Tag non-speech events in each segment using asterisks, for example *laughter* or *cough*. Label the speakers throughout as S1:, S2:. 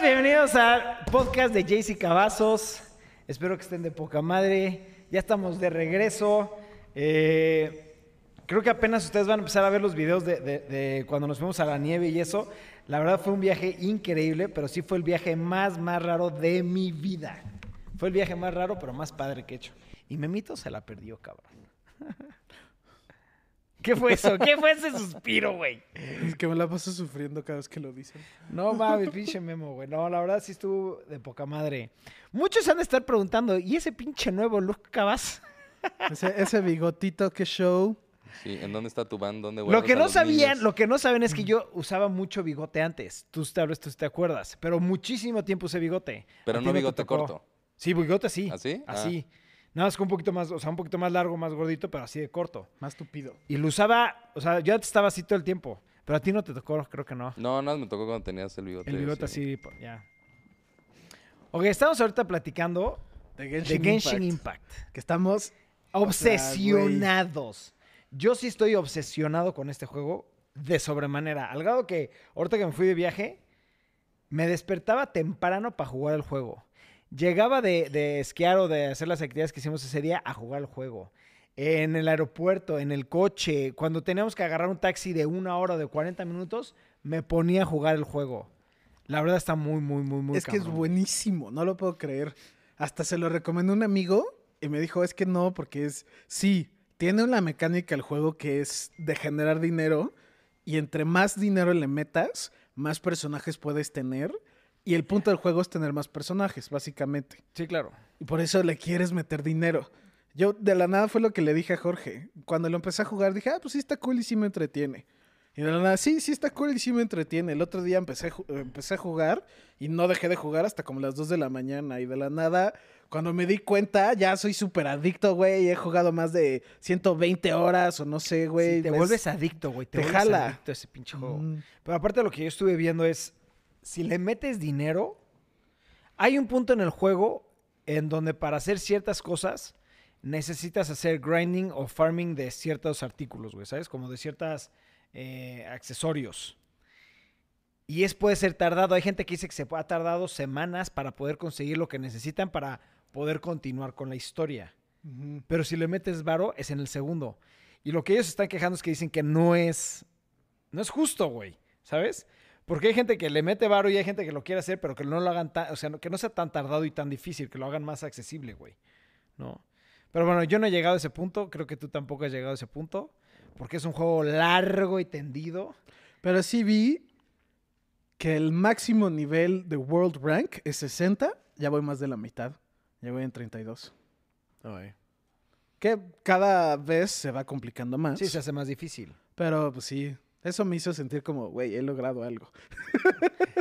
S1: Bienvenidos a podcast de JC Cavazos. Espero que estén de poca madre. Ya estamos de regreso. Eh, creo que apenas ustedes van a empezar a ver los videos de, de- de cuando nos fuimos a la nieve y eso. La verdad fue un viaje increíble, pero sí fue el viaje más, más raro de mi vida. Fue el viaje más raro, pero más padre que he hecho. Y Memito se la perdió, cabrón. *laughs* ¿Qué fue eso? ¿Qué fue ese suspiro, güey?
S2: Es que me la paso sufriendo cada vez que lo dicen.
S1: No mames, pinche Memo, güey. No, la verdad sí estuvo de poca madre. Muchos han de estar preguntando, ¿y ese pinche nuevo look Cabas?
S2: Ese, ese bigotito que show.
S3: Sí, ¿en dónde está tu van? ¿Dónde
S1: Lo
S3: guardas
S1: que
S3: a
S1: no
S3: los
S1: sabían,
S3: niños?
S1: lo que no saben es que yo usaba mucho bigote antes. Tú tal vez tú te acuerdas, pero muchísimo tiempo usé bigote.
S3: Pero
S1: A ti
S3: no
S1: te
S3: bigote
S1: tocó.
S3: corto.
S1: Sí, bigote sí.
S3: ¿Así? Ah.
S1: Así. Nada más que un poquito más, o sea, un poquito más largo, más gordito, pero así de corto.
S2: Más tupido.
S1: Y lo usaba, o sea, yo antes estaba así todo el tiempo, pero a ti no te tocó, creo que no.
S3: No, nada, me tocó cuando tenías el bigote.
S1: El bigote
S3: sí.
S1: así, po- ya. Ok, estamos ahorita platicando
S2: De
S1: de Genshin Impact.
S2: Que estamos
S1: Obsesionados. Yo sí estoy obsesionado con este juego de sobremanera. Al grado que ahorita que me fui de viaje, me despertaba temprano para jugar el juego. Llegaba de, de esquiar o de hacer las actividades que hicimos ese día a jugar el juego. En el aeropuerto, en el coche, cuando teníamos que agarrar un taxi de una hora o de 40 minutos, me ponía a jugar el juego. La verdad está muy, muy, muy, muy
S2: es que es
S1: cabrón.
S2: buenísimo, no lo puedo creer. Hasta se lo recomendó un amigo y me dijo, es que no, porque es, sí, tiene una mecánica el juego que es de generar dinero y entre más dinero le metas, más personajes puedes tener y el punto del juego es tener más personajes, básicamente.
S1: Sí, claro.
S2: Y por eso le quieres meter dinero. Yo de la nada fue lo que le dije a Jorge. Cuando lo empecé a jugar dije, ah, pues sí está cool y sí me entretiene. Y de la nada, sí, sí está cool y sí me entretiene. El otro día empecé, a ju- eh, empecé a jugar y no dejé de jugar hasta como las 2 de la mañana. Y de la nada, cuando me di cuenta, ya soy súper adicto, güey. He jugado más de 120 horas o no sé, güey.
S1: Sí, te
S2: ves-
S1: vuelves adicto, güey. pues, Te,
S2: te
S1: vuelves
S2: jala.
S1: adicto a ese pinche juego.
S2: Mm.
S1: Pero aparte de lo que yo estuve viendo es, si le metes dinero, hay un punto en el juego en donde para hacer ciertas cosas necesitas hacer grinding o farming de ciertos artículos, güey, ¿sabes? Como de ciertos accesorios. Y es puede ser tardado. Hay gente que dice que se ha tardado semanas para poder conseguir lo que necesitan para poder continuar con la historia.
S2: Ujú.
S1: Pero si le metes varo, es en el segundo. Y lo que ellos están quejando es que dicen que no es. No es justo, güey. ¿Sabes? Porque hay gente que le mete varo y hay gente que lo quiere hacer, pero que no lo hagan tan. O sea, no- que no sea tan tardado y tan difícil, que lo hagan más accesible, güey. ¿No? Pero bueno, yo no he llegado a ese punto. Creo que tú tampoco has llegado a ese punto. Porque es un juego largo y tendido.
S2: Pero sí vi que el máximo nivel de World Rank es 60. Ya voy más de la mitad. Ya voy en 32.
S1: Oh, eh.
S2: Que cada vez se va complicando más.
S1: Sí, se hace más difícil.
S2: Pero pues sí, eso me hizo sentir como, güey, he logrado algo.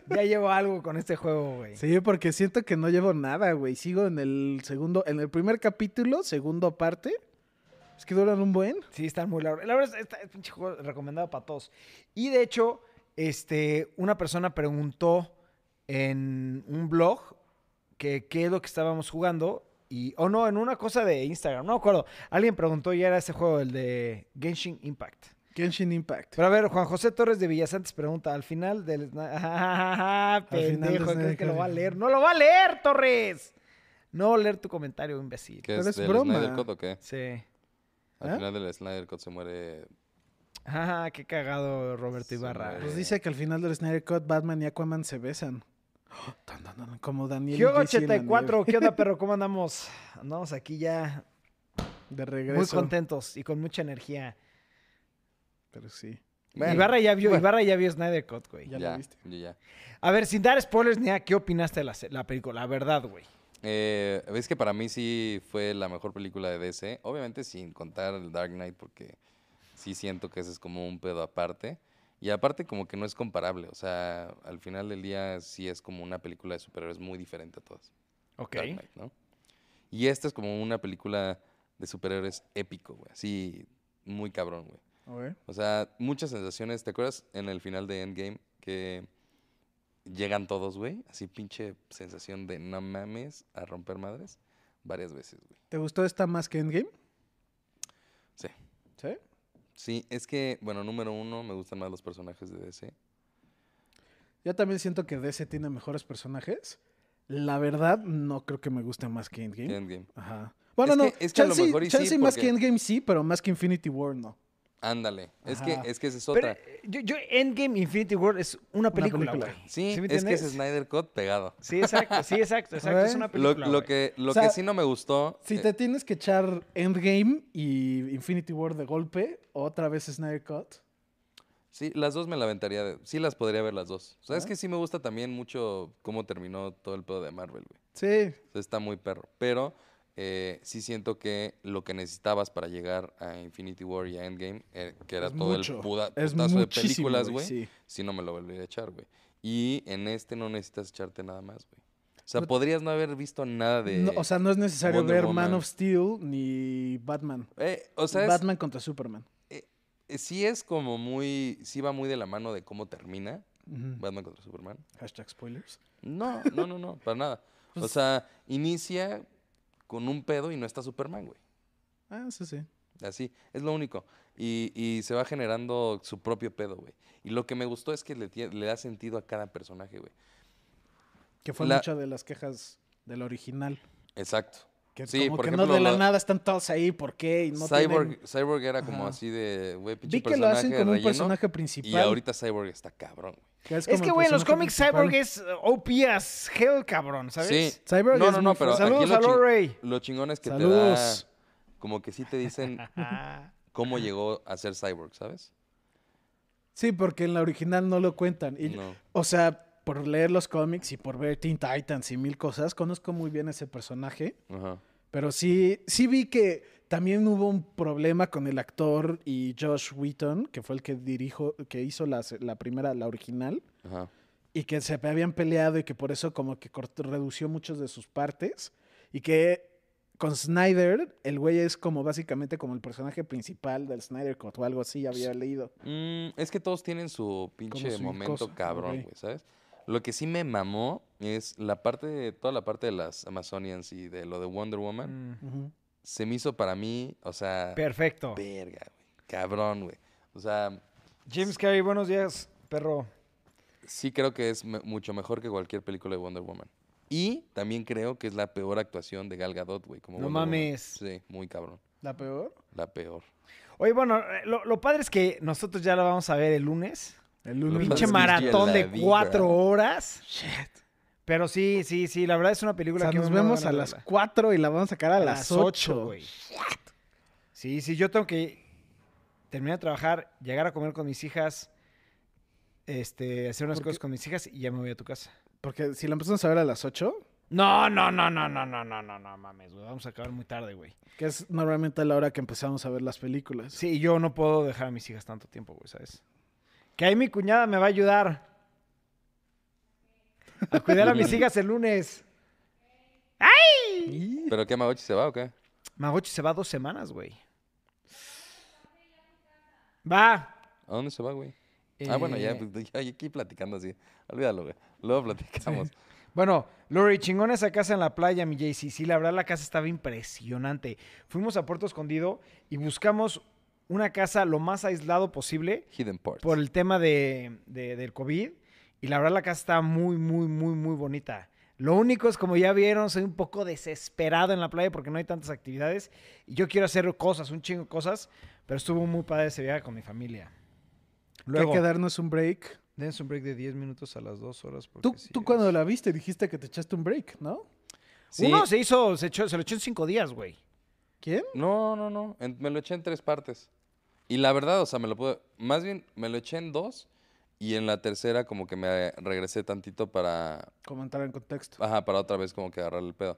S1: Ya llevo algo con este juego, güey.
S2: Sí, porque siento que no llevo nada, güey. Sigo en el segundo, en el primer capítulo, segundo parte. Es que duran un buen.
S1: Sí, están muy largos. La verdad, es- está- es pinche juego recomendado para todos. Y de hecho, este, una persona preguntó en un blog que qué es lo que estábamos jugando. Y, o no, en una cosa de Instagram, no me acuerdo. Alguien preguntó y era ese juego, el de Genshin Impact.
S2: Genshin Impact.
S1: Pero a ver, Juan José Torres de Villasantes pregunta, al final del... *laughs* Ah,
S2: final del
S1: pendejo, ¿crees
S2: Snyder
S1: que lo
S2: Cut.
S1: va a leer? ¡No lo va a leer, Torres! No va a leer tu comentario, imbécil.
S3: ¿Qué
S2: Pero
S3: es,
S2: es
S3: del
S2: broma.
S3: Snyder Cut o qué?
S1: Sí.
S3: Al
S1: ¿Eh?
S2: ¿Ah?
S3: final del Snyder Cut se muere...
S1: Ah, qué cagado Roberto
S3: Sí,
S1: Ibarra.
S3: güey.
S2: Pues dice que al final del Snyder Cut, Batman y Aquaman se besan. Tan, tan, tan, Como Daniel.
S1: Kyogo
S2: y Jesse en la nieve.
S1: 84, ¿qué onda, perro? ¿Cómo andamos? Andamos aquí ya
S2: De
S1: muy
S2: regreso.
S1: contentos y con mucha energía.
S2: Pero sí.
S3: Bueno,
S1: Ibarra ya vio,
S3: bueno.
S1: Ibarra ya vio Snyder Cut, güey.
S2: Ya
S3: Ya,
S2: lo
S3: ya,
S2: viste.
S3: ya.
S1: A ver, sin dar spoilers ni a qué opinaste de la, se- la película, la verdad, güey.
S3: Eh, Ves que para mí sí fue la mejor película de DC. Obviamente sin contar el Dark Knight porque sí siento que ese es como un pedo aparte. Y aparte como que no es comparable. O sea, al final del día sí es como una película de superhéroes muy diferente a todas.
S1: Ok.
S3: Dark Knight, ¿no? Y esta es como una película de superhéroes épico, güey. Así, muy cabrón, güey.
S2: A ver.
S3: O sea, muchas sensaciones. ¿Te acuerdas en el final de Endgame que llegan todos, güey? Así pinche sensación de no mames a romper madres varias veces, güey.
S2: ¿Te gustó esta más que Endgame?
S3: Sí.
S2: ¿Sí?
S3: Sí, es que, bueno, número uno, me gustan más los personajes de DC.
S2: Yo también siento que DC tiene mejores personajes. La verdad, no creo que me guste más que Endgame.
S3: que Endgame.
S2: Ajá. Bueno, no.
S3: que- es que a lo
S2: chance-
S3: mejor y sí,
S2: chance más que
S3: porque-
S2: Endgame sí, pero más que Infinity War no.
S3: Ándale. Es
S2: Ajá.
S3: que, es que esa es
S1: Pero
S3: otra.
S1: eh, yo, yo- Endgame Infinity War es una película,
S2: película.
S1: güey.
S3: sí,
S1: ¿Sí me
S3: es que es
S1: entiendes?
S3: Snyder Cut pegado.
S1: Sí, exacto, sí, exacto, exacto. Es
S2: Güey.
S1: una
S3: Lo,
S1: película.
S3: lo
S1: güey.
S3: que, lo
S2: O sea,
S3: que sí no me gustó.
S2: Si
S3: eh,
S2: te tienes que echar Endgame y Infinity War de golpe, otra vez Snyder Cut.
S3: Sí, las dos me la aventaría. de- sí, las podría ver las dos. ¿Sabes
S2: Ajá.
S3: que Sí, me gusta también mucho cómo terminó todo el pedo de Marvel, güey.
S2: Sí.
S3: O sea, está muy perro. Pero eh, sí siento que lo que necesitabas para llegar a Infinity War y a Endgame, eh, que era
S2: es
S3: todo
S2: mucho.
S3: el puda-
S2: Es
S3: putazo de
S2: muchísimo,
S3: películas,
S2: güey,
S3: güey,
S2: sí.
S3: si no me lo volvería a echar, güey. Y en este no necesitas echarte nada más, güey. O sea,
S2: No-
S3: podrías no haber visto nada de...
S2: No, o sea, no es necesario
S3: Wonder
S2: ver Man
S3: Woman.
S2: of Steel ni Batman.
S3: Eh, o sea, es-
S2: Batman contra Superman.
S3: eh, sí es como muy... Sí va muy de la mano de cómo termina
S2: Ujú.
S3: Batman contra Superman.
S2: Hashtag spoilers.
S3: No, no, no, no, para nada. O
S2: Pues
S3: sea, inicia con un pedo y no está Superman, güey.
S2: Ah, sí, sí.
S3: Así, es lo único. Y, y se va generando su propio pedo, güey. Y lo que me gustó es que le, tie- le da sentido a cada personaje, güey.
S2: Que fue
S3: La-
S2: muchas de las quejas del original.
S3: Exacto.
S2: Que
S3: Sí,
S2: como
S3: por
S2: que no
S3: ejemplo,
S2: de la
S3: lo-
S2: nada están todos ahí, ¿por qué? Y no
S3: Cyborg,
S2: tienen-
S3: Cyborg era como
S2: Ajá.
S3: así de, güey, pinche
S2: Vi que lo hacen
S3: personaje
S2: como un
S3: relleno,
S2: personaje
S3: Y
S2: principal.
S3: ahorita Cyborg está cabrón, güey.
S1: Es
S2: como
S1: que,
S2: el
S1: güey, en los
S2: personaje
S1: cómics
S2: principal.
S1: Cyborg es eh, OP as hell, cabrón, ¿sabes?
S3: Sí.
S2: Cyborg
S3: no,
S2: es
S3: no,
S2: muy
S3: no, pero
S2: fuerte.
S3: aquí
S1: Saludos
S3: lo,
S1: a
S3: chi-
S1: Lorey.
S3: lo chingón es que
S2: Saludos.
S3: te da... Como que sí
S2: *laughs*
S3: te dicen
S1: *laughs* Ah.
S3: cómo llegó a ser Cyborg, ¿sabes?
S2: Sí, porque en la original no lo cuentan. Y-
S3: No.
S2: O sea, por leer los cómics y por ver Teen Titans y mil cosas, conozco muy bien ese personaje.
S3: Ajá.
S2: Pero sí, sí vi que también hubo un problema con el actor y Josh Wheaton, que fue el que dirijo, que hizo la, se- la primera, la original,
S3: Ajá.
S2: y que se habían peleado y que por eso como que cort- redució muchas de sus partes. Y que con Snyder, el güey es como básicamente como el personaje principal del Snyder Cut o algo así, había leído.
S3: Mm, es que todos tienen su pinche
S2: su
S3: momento
S2: cosa,
S3: cabrón,
S2: ok.
S3: güey, ¿sabes? Lo que sí me mamó es la parte de, toda la parte de las Amazonians y de lo de Wonder Woman.
S1: Mm.
S2: Ujú.
S3: Se me hizo para mí, o sea,
S1: Perfecto.
S3: verga, güey. Cabrón, güey. O sea,
S1: James Carey, buenos días, perro.
S3: sí creo que es me- mucho mejor que cualquier película de Wonder Woman. Y también creo que es la peor actuación de Gal Gadot, güey. como
S1: No
S3: Wonder Woman.
S1: mames.
S3: Sí, muy cabrón.
S2: ¿La peor?
S3: La peor.
S1: Oye, bueno, eh, lo, lo padre es que nosotros ya la vamos a ver el lunes.
S2: El
S3: Lo
S2: lunes.
S3: que
S1: Pinche
S3: pasa es que
S1: maratón
S3: yo
S1: de
S3: la vi,
S1: cuatro
S3: ¿verdad?
S1: horas. Pero sí, sí, sí, la verdad es una
S2: O
S1: película
S2: sea,
S1: que
S2: nos
S1: me muero de
S2: vemos a
S1: ganas de
S2: las
S1: verla.
S2: 4 y la vamos a sacar a, las, 8.
S1: güey. Sí, sí, yo tengo que terminar de trabajar, llegar a comer con mis hijas, este, hacer unas
S2: ¿Por
S1: cosas
S2: qué?
S1: con mis hijas y ya me voy a tu casa.
S2: Porque si la empezamos a ver a las 8,
S1: No, no, no, no, no, no, no, no, no mames, güey. Vamos a acabar muy tarde, güey.
S2: que es normalmente la hora que empezamos a ver las películas.
S1: Sí, yo no puedo dejar a mis hijas tanto tiempo, güey, ¿sabes? Que ahí mi cuñada me va a ayudar a cuidar a mis
S3: *laughs*
S1: hijas el lunes.
S2: Y-
S3: ¿Pero qué, Magochi se va o qué?
S1: Magochi se va dos semanas, güey. Va.
S3: ¿A dónde se va, güey? Ah, bueno, ya,
S1: Eh,
S3: pues, *laughs* ya- ya aquí platicando así. Olvídalo, güey. Luego platicamos.
S1: Bueno, Lori, chingón esa casa en la playa, mi JC. Sí, la verdad, la casa estaba impresionante. Fuimos a Puerto Escondido y buscamos una casa lo más aislado posible
S3: Hidden Parts.
S1: por el tema de, de- del COVID. Y la verdad, la casa está muy, muy, muy, muy bonita. Lo único es, como ya vieron, soy un poco desesperado en la playa porque no hay tantas actividades. Y yo quiero hacer cosas, un chingo de cosas. Pero estuvo muy padre ese viaje con mi familia. Luego,
S2: Hay que darnos un break.
S1: dense un break de 10 minutos a las 2 horas.
S2: Tú, tú cuando la viste dijiste que te echaste un break, ¿no?
S3: Sí.
S1: Uno se hizo, se, echó- se lo echó en cinco días, güey.
S2: ¿Quién?
S3: No, no, no. en- me lo eché en tres partes. Y la verdad, o sea, me lo pude. Más bien, me lo eché en dos. Y en la tercera, como que me regresé tantito para.
S2: Como entrar en contexto.
S3: Ajá, para otra vez, como que agarrar el pedo.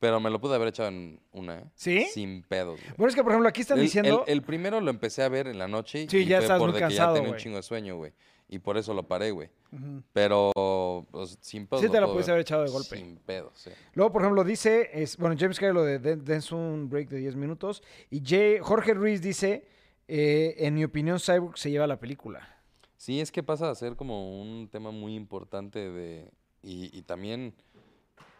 S3: Pero me lo pude haber echado en una, ¿eh?
S1: ¿Sí?
S3: Sin pedos, güey.
S1: Bueno, es que por ejemplo aquí están
S3: El- el-
S1: diciendo.
S3: El, primero lo empecé a ver en la noche.
S1: Sí,
S3: y
S1: ya
S3: fue
S1: estás
S3: por
S1: muy
S3: de
S1: cansado,
S3: que ya tenía un
S1: güey.
S3: chingo de sueño, güey. Y por eso lo paré, güey.
S2: Ujú.
S3: Pero. o sea, sin pedos.
S1: Sí
S3: lo
S1: te la
S3: pude
S1: pudiste
S3: ver.
S1: haber echado de golpe.
S3: Sin pedos, sí.
S1: Luego, por ejemplo, dice, es, bueno, James Carey lo de den- dense un break de 10 minutos. Y Jay- Jorge Ruiz dice, eh, en mi opinión, Cyborg se lleva la película.
S3: Sí, es que pasa a ser como un tema muy importante de. Y, y también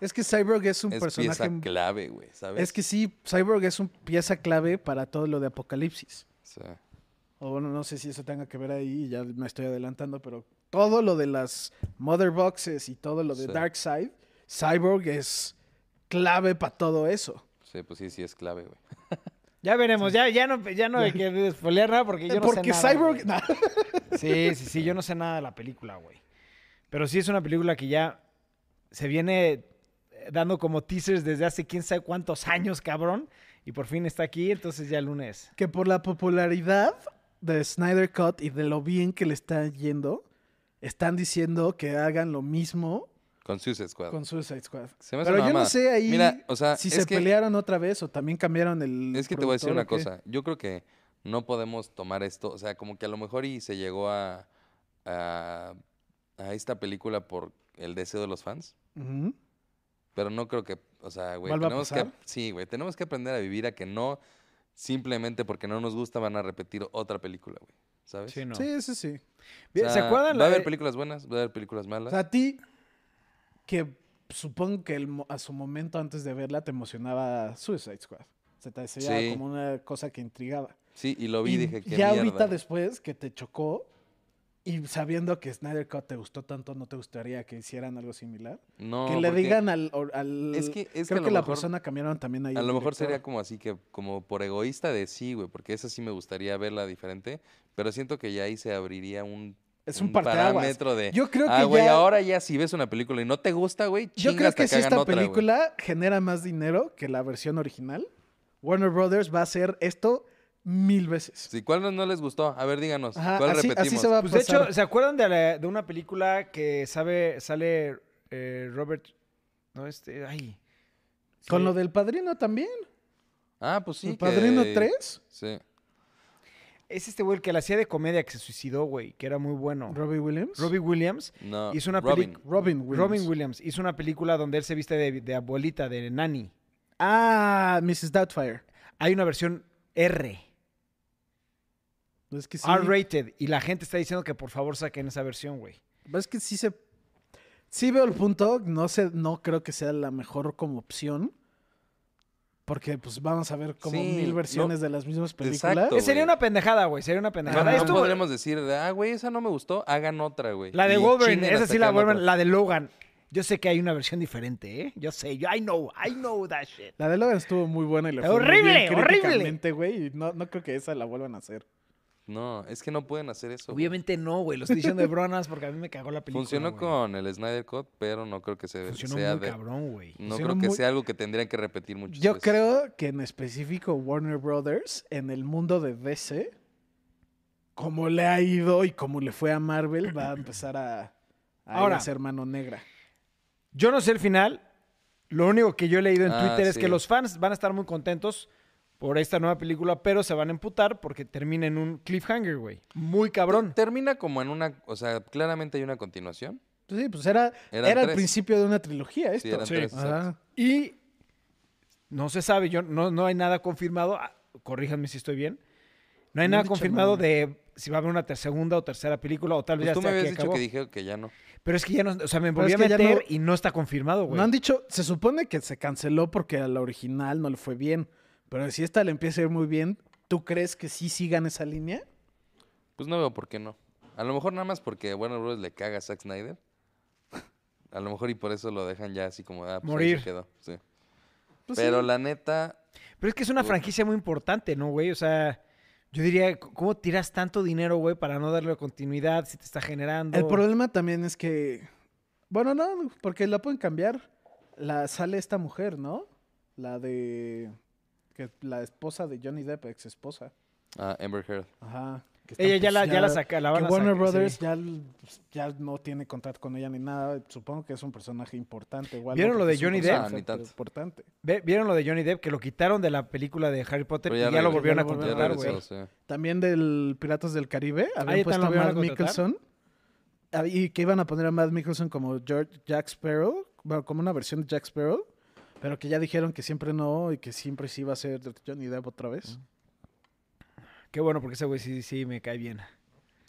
S2: Es que Cyborg es un
S3: es
S2: personaje.
S3: pieza clave, güey, ¿sabes?
S2: Es que sí, Cyborg es un pieza clave para todo lo de Apocalipsis.
S3: O sea,
S2: O bueno, no sé si eso tenga que ver ahí, ya me estoy adelantando, pero todo lo de las Mother Boxes y todo lo de
S3: Sí.
S2: Darkseid, Cyborg es clave para todo eso.
S3: Sí, pues sí, sí es clave, güey. *laughs*
S1: Ya veremos, ya, ya no, ya no hay que spoilear nada porque yo no sé
S2: Porque
S1: nada.
S2: Cyborg. *laughs* Nah.
S1: güey. Sí, sí, sí, yo no sé nada de la película, güey. Pero sí es una película que ya se viene eh, dando como teasers desde hace quién sabe cuántos años, cabrón. Y por fin está aquí, entonces ya el lunes.
S2: que por la popularidad de Snyder Cut y de lo bien que le está yendo, están diciendo que hagan lo mismo
S3: Con Suicide Squad.
S2: con Suicide Squad.
S3: Se me hace
S2: Pero
S3: una
S2: yo no
S3: mamada.
S2: sé ahí
S3: Mira, o sea,
S2: si
S3: es
S2: se
S3: que-
S2: pelearon otra vez o también cambiaron el.
S3: Es que te voy a decir
S2: productor
S3: una
S2: o qué.
S3: cosa. Yo creo que no podemos tomar esto. O sea, como que a lo mejor y se llegó a, a, a esta película por el deseo de los fans.
S2: Ujú.
S3: Pero no creo que, o sea, güey,
S2: ¿Vuelva a
S3: tenemos que,
S2: pasar?
S3: sí, güey, tenemos que aprender a vivir a que no simplemente porque no nos gusta van a repetir otra película, güey, ¿sabes?
S1: Sí, no.
S2: Sí, eso sí.
S3: O
S1: ¿Se
S3: sea,
S1: acuerdan?
S3: Va a
S1: la-
S3: haber películas buenas, va a haber películas
S2: O
S3: malas.
S2: sea, a ti, que supongo que el mo- a su momento antes de verla te emocionaba Suicide Squad. Se te hacía
S3: Sí.
S2: como una cosa que intrigaba.
S3: sí, y lo vi y
S2: Y
S3: dije que
S2: ya
S3: mierda.
S2: ahorita después que te chocó y sabiendo que Snyder Cut te gustó tanto, ¿no te gustaría que hicieran algo similar?
S3: no,
S2: que le
S3: porque
S2: digan al, or- al-
S3: Es que, es que
S2: creo
S3: a
S2: que,
S3: lo
S2: la
S3: mejor-
S2: persona cambiaron también ahí.
S3: A
S2: el
S3: lo mejor
S2: director.
S3: sería como así que, como por egoísta de sí, güey, porque esa sí me gustaría verla diferente, pero siento que ya ahí se abriría un,
S2: es un, parteaguas.
S3: parámetro de.
S2: Yo creo
S3: ah,
S2: que
S3: güey,
S2: ya-
S3: ahora ya si ves una película y no te gusta, güey,
S2: Yo
S3: chinga
S2: creo
S3: hasta
S2: que si
S3: hagan
S2: esta
S3: otra, güey".
S2: película genera más dinero que la versión original, Warner Brothers va a hacer esto mil veces.
S3: Sí, ¿Cuál no, no les gustó? A ver, díganos.
S2: Ajá,
S3: ¿Cuál
S2: así,
S3: repetimos?
S2: así se va a
S1: Pues de
S2: pasar.
S1: hecho, ¿se acuerdan de, la- de una película que sabe, sale eh, Robert. No, este. Ay.
S2: Con
S1: Sí.
S2: lo del Padrino también.
S3: Ah, pues sí.
S2: ¿El Padrino
S3: que-
S2: 3?
S3: Sí.
S1: Es este güey el que la hacía de comedia que se suicidó, güey, que era muy bueno.
S2: Robbie Williams.
S1: Robbie Williams.
S3: No.
S1: Hizo una
S3: Robin.
S1: pelic-
S2: Robin Williams.
S1: Robin Williams hizo una película donde él se viste de, de abuelita, de nanny.
S2: Ah, Mrs. Doubtfire.
S1: Hay una versión R,
S2: Es que
S3: Ah,
S2: sí.
S1: R-rated, y la gente está diciendo que por favor saquen esa versión, güey.
S2: Es que sí se. Sí veo el punto. No sé, no creo que sea la mejor como opción. Porque pues vamos a ver como
S3: Sí,
S2: mil
S3: no-
S2: versiones de las mismas películas.
S3: Exacto.
S1: Eh, sería
S3: güey.
S1: una pendejada, güey, sería una
S3: No,
S1: pendejada.
S3: no
S1: Esto-
S3: podremos decir, de, ah, güey, esa no me gustó, hagan otra, güey.
S1: La de
S3: Y
S1: Wolverine,
S3: chinguen
S1: esa
S3: hasta
S1: sí
S3: que
S1: la
S3: hagan
S1: Wolverine,
S3: otra.
S1: la de Logan. Yo sé que hay una versión diferente, ¿eh? Yo sé, yo, I know, I know that shit.
S2: La de Logan estuvo muy buena y le fue muy bien
S1: ¡Horrible, horrible!
S2: críticamente, güey. Y no, no creo que esa la vuelvan a hacer.
S3: No, es que no pueden hacer eso. güey.
S1: Obviamente no, güey, lo estoy diciendo de bronas porque a mí me cagó la película.
S3: Funcionó
S1: güey.
S3: con el Snyder Cut, pero no creo que se,
S1: Funcionó
S3: sea
S1: muy
S3: de-
S1: cabrón, güey.
S3: No
S2: Funcionó
S3: creo que
S2: muy-
S3: sea algo que tendrían que repetir mucho.
S2: Yo creo que en específico Warner Brothers, en el mundo de DC, como le ha ido y como le fue a Marvel, va a empezar a, a
S1: Ahora.
S2: Ahora, ser mano negra.
S1: Yo no sé el final. Lo único que yo he leído en
S3: Ah,
S1: Twitter es que
S3: sí.
S1: los fans van a estar muy contentos por esta nueva película, pero se van a emputar porque termina en un cliffhanger, güey. Muy cabrón.
S3: Termina como en una. O sea, claramente hay una continuación.
S2: Pues sí, pues era,
S3: Eran
S2: era el
S3: tres.
S2: principio de una trilogía esto.
S3: Sí, eran
S1: sí.
S3: tres, exacto.
S2: Ajá.
S1: Y no se sabe, yo no, no hay nada confirmado. Ah, Corríjanme si estoy bien. No hay
S2: No he
S1: nada
S2: dicho
S1: confirmado
S2: nada.
S1: de si va a haber una ter- segunda o tercera película o tal vez ya
S3: Pues tú
S1: sea
S3: me habías
S1: que
S3: dicho
S1: acabó.
S3: que dije que ya no.
S1: Pero es que ya no, o sea, me
S2: Pero
S1: volví
S2: es
S1: a
S2: que ya
S1: meter
S2: no-
S1: y no está confirmado, güey.
S2: No han dicho, se supone que se canceló porque a la original no le fue bien, pero si esta le empieza a ir muy bien, ¿tú crees que sí sigan esa línea?
S3: Pues no veo por qué no. A lo mejor nada más porque Warner Bros. le caga a Zack Snyder. A lo mejor y por eso lo dejan ya así como. Ah, pues ahí se
S1: Morir.
S3: quedó. Sí.
S2: Pues
S3: Pero
S2: sí.
S3: la neta,
S1: Pero es que es una
S2: Oh.
S3: Uf.
S1: franquicia muy importante, ¿no, güey? O sea, yo diría, ¿cómo tiras tanto dinero, güey, para no darle continuidad si te está generando?
S2: El problema también es que, bueno, no, porque la pueden cambiar. La sale esta mujer, ¿no? La de que la esposa de Johnny Depp, ex esposa.
S3: ah, Amber Heard.
S2: Ajá. que está,
S1: Ella ya
S2: pues,
S1: la, ya la saca, la van
S2: que
S1: a
S2: Warner
S1: sacar, sí.
S2: Brothers ya, ya no tiene contrato con ella ni nada. Supongo que es un personaje importante. o algo,
S1: ¿Vieron lo
S2: porque
S1: de
S2: es un
S1: Johnny Depp?
S2: personaje
S3: Ah, ni tanto.
S2: Importante.
S1: Ve- ¿Vieron lo de Johnny Depp? Que lo quitaron de la película de Harry Potter
S3: Pero
S1: y ya lo
S3: regresó,
S1: volvieron a
S2: ya lo volvieron a
S1: contratar,
S3: regresó,
S1: güey.
S3: sí.
S2: También del Piratas del Caribe. Habían
S1: ya
S2: puesto
S1: también
S2: a
S1: lo iban a
S2: Matt
S1: contratar.
S2: Mickelson. Ah, Y que iban a poner a Matt Mickelson como George Jack Sparrow. Bueno, como una versión de Jack Sparrow. Pero que ya dijeron que siempre no y que siempre sí iba a ser Johnny Depp otra vez.
S1: Mm. Qué bueno, porque ese güey sí, sí me cae bien.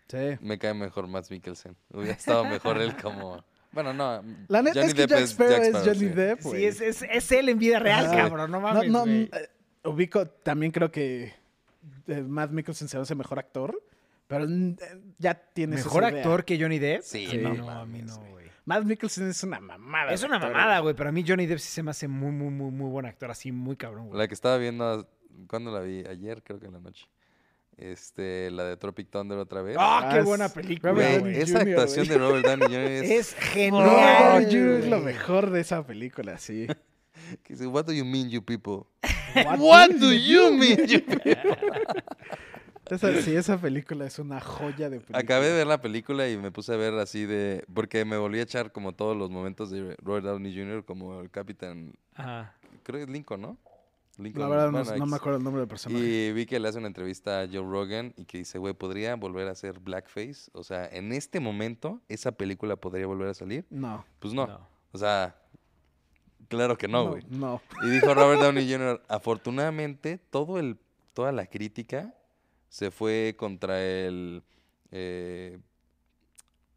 S2: Sí.
S3: Me cae mejor Matt Mikkelsen. Hubiera estado mejor él
S2: *laughs*
S3: como. Bueno, no.
S2: La neta
S3: Johnny
S2: es que
S3: Depp
S2: Jack Sparrow es Johnny
S3: sí.
S2: Depp, güey.
S1: Sí, es, es, es él en vida real,
S2: Ajá.
S1: cabrón, no
S2: No,
S1: mames,
S2: no,
S1: güey.
S2: eh, ubico, también creo que eh, Matt Mickelson se hace mejor actor. Pero mm, ya tienes
S1: Mejor
S2: esa idea.
S1: actor que Johnny Depp.
S3: Sí,
S1: A mí
S3: no
S1: no, a mí
S3: mames,
S1: no,
S3: güey.
S1: güey.
S2: Matt Mickelson es una mamada.
S1: Es
S2: de
S1: una
S2: actor,
S1: mamada, güey, pero a mí Johnny Depp sí se me hace muy, muy, muy, muy buen actor, así muy cabrón, güey.
S3: La que estaba viendo, cuando la vi? Ayer, creo que en la noche. Este, la de Tropic Thunder otra vez.
S1: ¡Ah, qué
S2: Ah,
S1: buena
S2: es-
S1: película,
S3: Güey,
S2: Robert
S1: güey!
S2: Downey
S3: esa
S2: Jr.,
S3: actuación de Robert Downey
S2: *laughs*
S3: Jr. es...
S1: Es
S2: No,
S1: genial.
S2: Jr. es lo
S1: güey.
S2: mejor de esa
S1: *laughs*
S2: película, sí.
S3: que dice, What do you mean, you people? *laughs*
S2: What,
S3: mean, you people?
S2: Esa, sí, esa película es una joya de película.
S3: Acabé de ver la película y me puse a ver así de... Porque me volví a echar como todos los momentos de Robert Downey Jr. como el Capitán...
S1: Ajá.
S3: Creo que es Lincoln, ¿no? Lincoln.
S2: La verdad no,
S3: bueno,
S2: no me
S3: X.
S2: acuerdo el nombre del personaje.
S3: Y vi que le hace una entrevista a Joe Rogan y que dice, güey, ¿podría volver a hacer blackface? O sea, en este momento, ¿esa película podría volver a salir?
S2: No.
S3: Pues no.
S1: No.
S3: O sea, claro que no, güey.
S2: No.
S3: Y dijo Robert Downey Jr., afortunadamente, todo el, toda la crítica se fue contra el eh,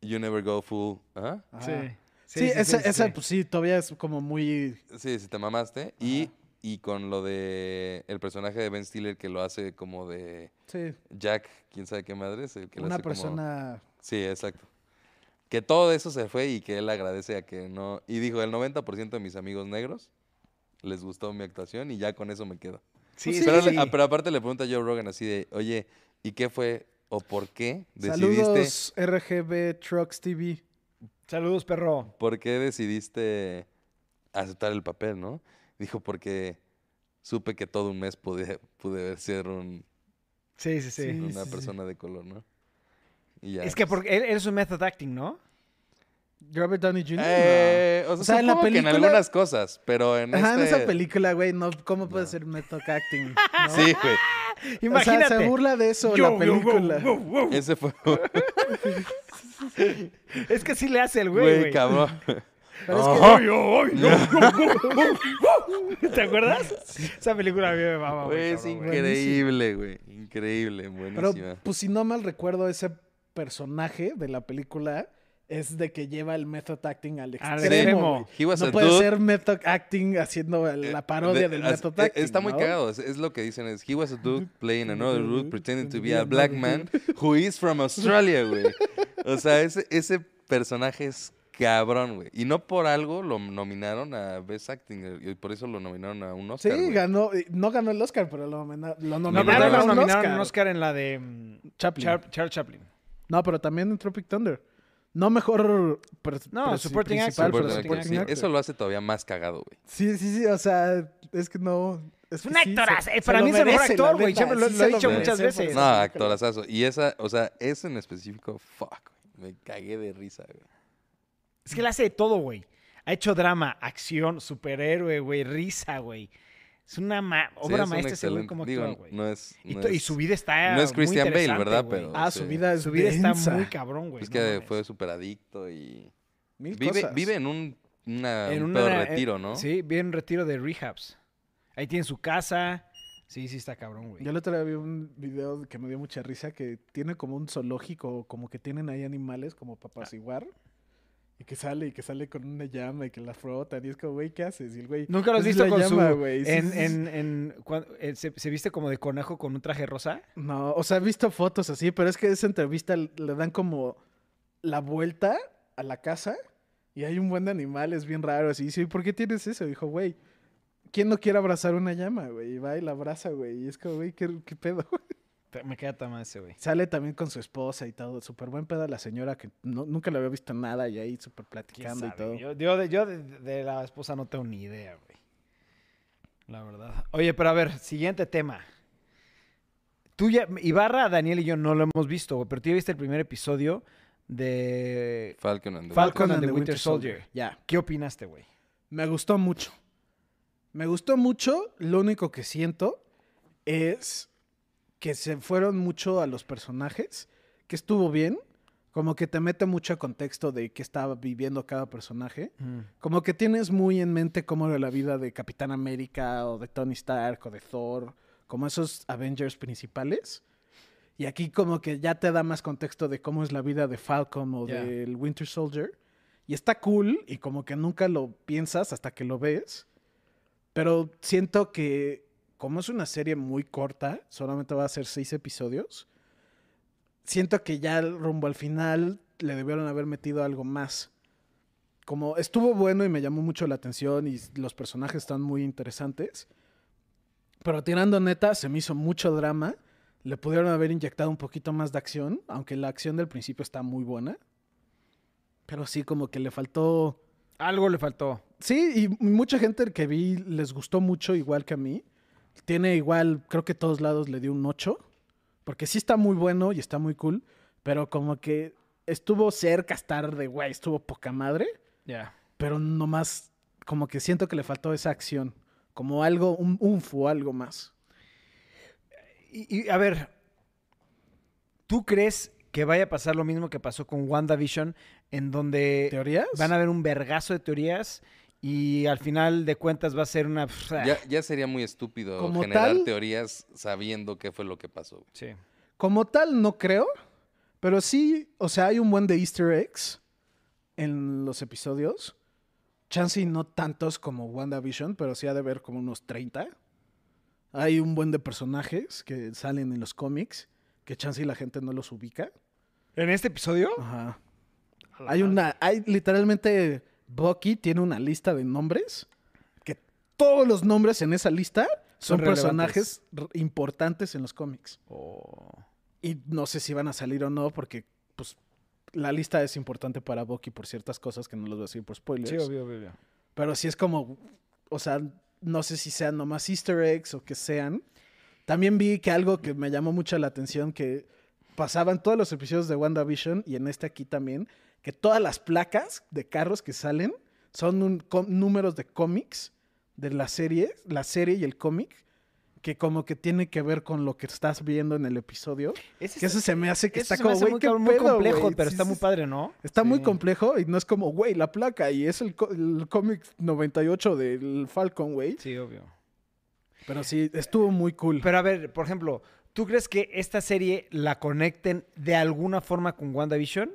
S3: You Never Go Full. ¿Ah?
S2: Ajá.
S1: Sí.
S2: Sí.
S1: Sí, sí,
S2: esa,
S1: sí,
S2: esa,
S1: sí.
S2: pues sí, todavía es como muy.
S3: Sí, sí, te mamaste. Y, y con lo de el personaje de Ben Stiller que lo hace como de
S2: Sí.
S3: Jack, quién sabe qué madre es. El que lo
S2: Una
S3: hace como-
S2: persona.
S3: Sí, exacto. Que todo eso se fue y que él agradece a que no... Y dijo, el 90% de mis amigos negros les gustó mi actuación y ya con eso me quedo.
S1: Sí,
S2: Pues
S1: sí,
S3: pero, le-
S1: sí.
S3: ah, pero aparte le pregunta a Joe Rogan así de, oye, ¿y qué fue o por qué decidiste,
S2: Saludos, RGB Trucks TV.
S1: Saludos, perro.
S3: por qué decidiste aceptar el papel, no? Dijo, porque supe que todo un mes pude, pude ser un-
S1: Sí, sí, sí.
S3: una
S2: sí, sí.
S3: persona de color, ¿no? Y ya,
S1: Es que
S3: pues,
S1: porque él, él es un method acting, ¿no?
S2: Robert Downey Jr.
S3: eh, o sea,
S2: O sea, en la
S3: supongo que en
S2: película-
S3: algunas cosas, pero en
S2: no. Ajá, en esa
S3: este-
S2: película, güey, no, ¿cómo puede ser method
S1: *laughs*
S2: acting? ¿no?
S3: Sí, güey.
S2: O
S1: Imagínate.
S2: sea, se burla de eso
S1: Yo,
S2: la
S1: yo,
S2: película.
S1: wow, wow, wow.
S3: Ese fue,
S1: Es que sí le hace el güey,
S3: *laughs* güey,
S1: güey.
S3: cabrón.
S2: Pero es que-
S3: Ajá.
S1: Ay, ay, no, no, no, no. *laughs* ¿Te acuerdas? Esa película a mí me mama,
S3: Güey,
S1: güey.
S3: es
S1: cabrón, güey.
S3: increíble, güey. Increíble, buenísima.
S2: Pero, pues, si no mal recuerdo, ese personaje de la película es de que lleva el method acting al
S1: Al
S2: extremo.
S1: extremo.
S2: güey.
S3: He was a
S2: No puede
S3: Pues, dude.
S2: ser method acting haciendo
S3: Eh,
S2: la parodia
S3: de-
S2: del
S3: as-
S2: method
S3: eh,
S2: acting.
S3: Está muy
S2: ¿no?
S3: cagado. Es, es lo que dicen. Es, He was a dude playing another dude pretending to be a
S2: another
S3: black
S2: dude."
S3: man who is from Australia, güey. O sea, ese, ese personaje es cabrón, güey. Y no por algo lo nominaron a Best Acting. eh, Y por eso lo nominaron a un
S2: Sí,
S3: Oscar, güey.
S2: ganó, eh, no ganó el Oscar, pero lo, nomina- lo
S1: No,
S2: nominaron.
S1: pero
S3: Nominaron
S2: a
S1: lo
S2: un
S1: nominaron a
S2: Oscar.
S1: un Oscar en la de mm,
S2: Chaplin.
S1: Char- Charles Chaplin.
S2: No, pero también en Tropic Thunder. No mejor. pero-
S1: No,
S2: pero sí
S1: supporting actor,
S2: principal, pero
S3: Supporting
S1: supporting
S3: actor, sí.
S2: actor.
S3: Eso lo hace todavía más cagado, güey.
S2: Sí, sí, sí, o sea, es que no. Es
S1: un actorazo, eh, para
S2: lo
S1: mí es el mejor
S2: merece,
S1: actor,
S2: la
S1: güey,
S2: neta,
S1: siempre lo- lo he
S2: se
S1: dicho muchas
S2: merece por
S1: veces.
S2: esa
S3: No,
S2: película.
S3: actorazazo. Y esa, o sea, eso en específico, fuck, güey. Me cagué de risa, güey.
S1: Es que él hace de todo, güey. Ha hecho drama, acción, superhéroe, güey, risa, güey. Es una ma-
S3: Sí,
S1: obra
S3: es un
S1: maestra ese güey
S3: excelente-
S1: como
S3: digo,
S1: actúa, güey.
S3: No es,
S1: y,
S3: no
S1: to- y
S3: es-
S1: su vida está
S3: no es
S1: muy
S3: Christian Bale,
S1: interesante,
S3: ¿verdad?
S1: güey.
S3: Pero-
S2: Ah, su
S3: Sí.
S2: vida es
S1: su vida está
S2: densa.
S1: muy cabrón, güey.
S3: Es
S1: no
S3: pues que
S1: mames.
S3: fue súper adicto y...
S2: Mil
S3: Vive,
S2: cosas.
S3: vive en un, una,
S1: En
S3: un
S1: una-
S3: pedo
S1: en-
S3: retiro, ¿no?
S1: Sí, bien retiro de rehabs. Ahí tiene su casa. Sí, sí está cabrón, güey.
S2: Yo el otro día vi un video que me dio mucha risa que tiene como un zoológico, como que tienen ahí animales como papas igual. Y que sale, y que sale con una llama y que la frotan. Y es como, güey, ¿qué haces? Y el güey.
S1: ¿Nunca lo has
S2: "Esa es
S1: visto
S2: la
S1: con
S2: llama,
S1: su...
S2: güey". Sí,
S1: en,
S2: sí, sí.
S1: en, en, cuan- eh, se, se viste como de conejo con un traje rosa?
S2: No, o sea, he visto fotos así, pero es que esa entrevista l- le dan como la vuelta a la casa y hay un buen de animales bien raros. Y dice, "¿Y por qué tienes eso? Dijo, güey, ¿quién no quiere abrazar una llama, güey? Y va y la abraza, güey. Y es como, güey, ¿qué, qué pedo? *laughs*
S1: Te- Me queda tan mal ese, güey.
S2: Sale también con su esposa y todo. Súper buen pedo la señora que no- nunca le había visto nada y ahí súper
S1: ¿Quién
S2: platicando y
S1: sabe?
S2: todo.
S1: Yo, yo de, yo de- de la esposa no tengo ni idea, güey. La verdad. Oye, pero a ver, siguiente tema. Tú ya, Ibarra, Daniel y yo no lo hemos visto, güey, pero tú ya viste el primer episodio de...
S3: Falcon and the
S1: Falcon
S3: Winter-
S1: and the Winter Soldier.
S2: Ya.
S1: ¿Qué opinaste, güey?
S2: Me gustó mucho. Me gustó mucho. Lo único que siento es que se fueron mucho a los personajes, que estuvo bien. Como que te mete mucho contexto de qué estaba viviendo cada personaje. Como que tienes muy en mente cómo era la vida de Capitán América o de Tony Stark o de Thor, como esos Avengers principales. Y aquí como que ya te da más contexto de cómo es la vida de Falcon o
S1: Ya.
S2: del Winter Soldier. Y está cool y como que nunca lo piensas hasta que lo ves. Pero siento que como es una serie muy corta, solamente va a ser seis episodios, siento que ya el rumbo al final le debieron haber metido algo más. Como estuvo bueno y me llamó mucho la atención y los personajes están muy interesantes. Pero tirando neta, se me hizo mucho drama. Le pudieron haber inyectado un poquito más de acción, aunque la acción del principio está muy buena. Pero sí, como que le faltó.
S1: Algo le faltó.
S2: Sí, y mucha gente que vi les gustó mucho, igual que a mí. Tiene igual, creo que todos lados le dio un 8. Porque sí está muy bueno y está muy cool. Pero como que estuvo cerca estar de güey, estuvo poca madre.
S1: Ya.
S2: Pero nomás, como que siento que le faltó esa acción. Como algo, un unfo, algo más.
S1: Y, y, a ver, ¿tú crees que vaya a pasar lo mismo que pasó con WandaVision, en donde
S2: ¿Teorías?
S1: van a haber un vergazo de teorías y al final de cuentas va a ser una...
S3: Ya, ya sería muy estúpido
S2: Como
S3: generar
S2: tal-
S3: teorías sabiendo qué fue lo que pasó. güey.
S1: Sí.
S2: Como tal, no creo. Pero sí, o sea, hay un buen de Easter eggs en los episodios. Chance y no tantos como WandaVision, pero sí ha de haber como unos 30. Hay un buen de personajes que salen en los cómics, que chance y la gente no los ubica.
S1: ¿En este episodio?
S2: Ajá. Hay una, hay literalmente, Bucky tiene una lista de nombres, que todos los nombres en esa lista
S1: Son
S2: son personajes r- importantes en los cómics.
S1: Oh.
S2: Y no sé si van a salir o no, porque pues la lista es importante para Bucky por ciertas cosas que no les voy a decir por spoilers.
S1: Sí, obvio, obvio, obvio.
S2: Pero sí es como, o sea, no sé si sean nomás easter eggs o que sean. También vi que algo que me llamó mucho la atención, que pasaban todos los episodios de WandaVision y en este aquí también, que todas las placas de carros que salen son un có- números de cómics de la serie, la serie y el cómic, que como que tiene que ver con lo que estás viendo en el episodio.
S1: Ese
S2: Que eso se me hace que
S1: Eso
S2: está
S1: se me
S2: como,
S1: hace
S2: güey,
S1: muy,
S2: qué
S1: cabrón, muy
S2: pedo,
S1: complejo,
S2: güey.
S1: pero
S2: Sí,
S1: está
S2: sí,
S1: muy
S2: sí.
S1: padre, ¿no?
S2: Está muy
S1: Sí.
S2: complejo y no es como, güey, la placa. Y es el, co- el cómic 98 del Falcon, güey.
S1: Sí, obvio.
S2: Pero sí, estuvo muy cool.
S1: Pero a ver, por ejemplo, ¿tú crees que esta serie la conecten de alguna forma con WandaVision?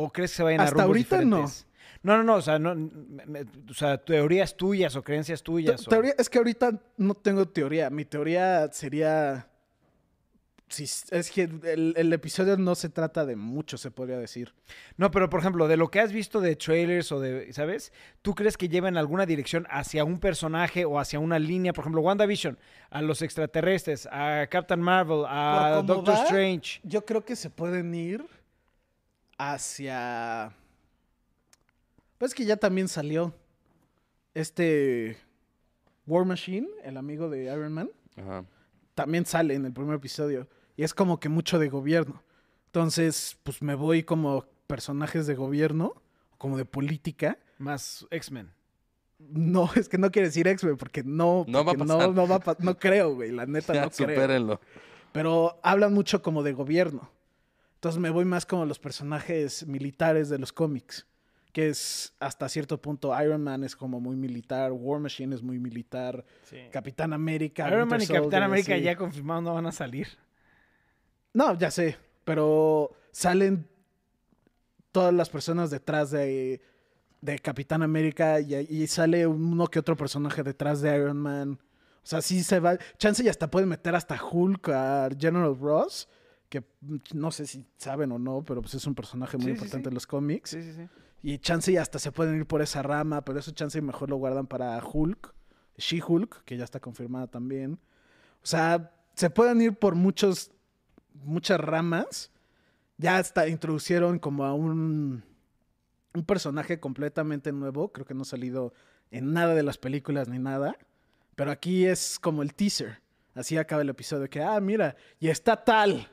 S1: ¿O crees que se vayan a
S2: Hasta
S1: rumbos
S2: ahorita no.
S1: diferentes? No, no, no, o sea, no, me- me- o sea, teorías tuyas o creencias
S2: Te-
S1: tuyas. o-
S2: teoría- es que ahorita no tengo teoría. Mi teoría sería... si s- es que el, el episodio no se trata de mucho, se podría decir.
S1: No, pero por ejemplo, de lo que has visto de trailers o de, ¿sabes? ¿Tú crees que lleva en alguna dirección hacia un personaje o hacia una línea? Por ejemplo, WandaVision, a los extraterrestres, a Captain Marvel, a
S2: Por cómo
S1: Doctor
S2: va,
S1: Strange.
S2: Yo creo que se pueden ir hacia... Pues que ya también salió este War Machine, el amigo de Iron Man.
S3: Ajá.
S2: también sale en el primer episodio. Y es como que mucho de gobierno. Entonces, pues me voy como personajes de gobierno, como de política.
S1: Más X-Men.
S2: No, *laughs* es que no quiere decir X-Men, porque no.
S3: No va a
S2: porque
S3: pasar.
S2: No, no va a pa- no creo, güey. La neta
S3: *laughs* Ya,
S2: no creo.
S3: supérenlo.
S2: Pero hablan mucho como de gobierno. Entonces me voy más como los personajes militares de los cómics. Que es hasta cierto punto Iron Man es como muy militar, War Machine es muy militar, Capitán América.
S1: Iron Man y
S2: Winter
S1: Capitán
S2: Soldier,
S1: América
S2: así.
S1: ya confirmados no van a salir.
S2: No, ya sé, pero salen todas las personas detrás de, de Capitán América y, y sale uno que otro personaje detrás de Iron Man. O sea, sí se va. Chance y hasta pueden meter hasta Hulk a General Ross, que mm, no sé si saben o no, pero pues es un personaje muy
S1: Sí, sí,
S2: importante
S1: sí.
S2: en los cómics.
S1: sí, sí.
S2: Y chance y hasta se pueden ir por esa rama, pero eso chance y mejor lo guardan para Hulk, She-Hulk, que ya está confirmada también. O sea, se pueden ir por muchos, muchas ramas. Ya hasta introducieron como a un, un personaje completamente nuevo, creo que no ha salido en nada de las películas ni nada, pero aquí es como el teaser. Así acaba el episodio, que, ah, mira, y está tal.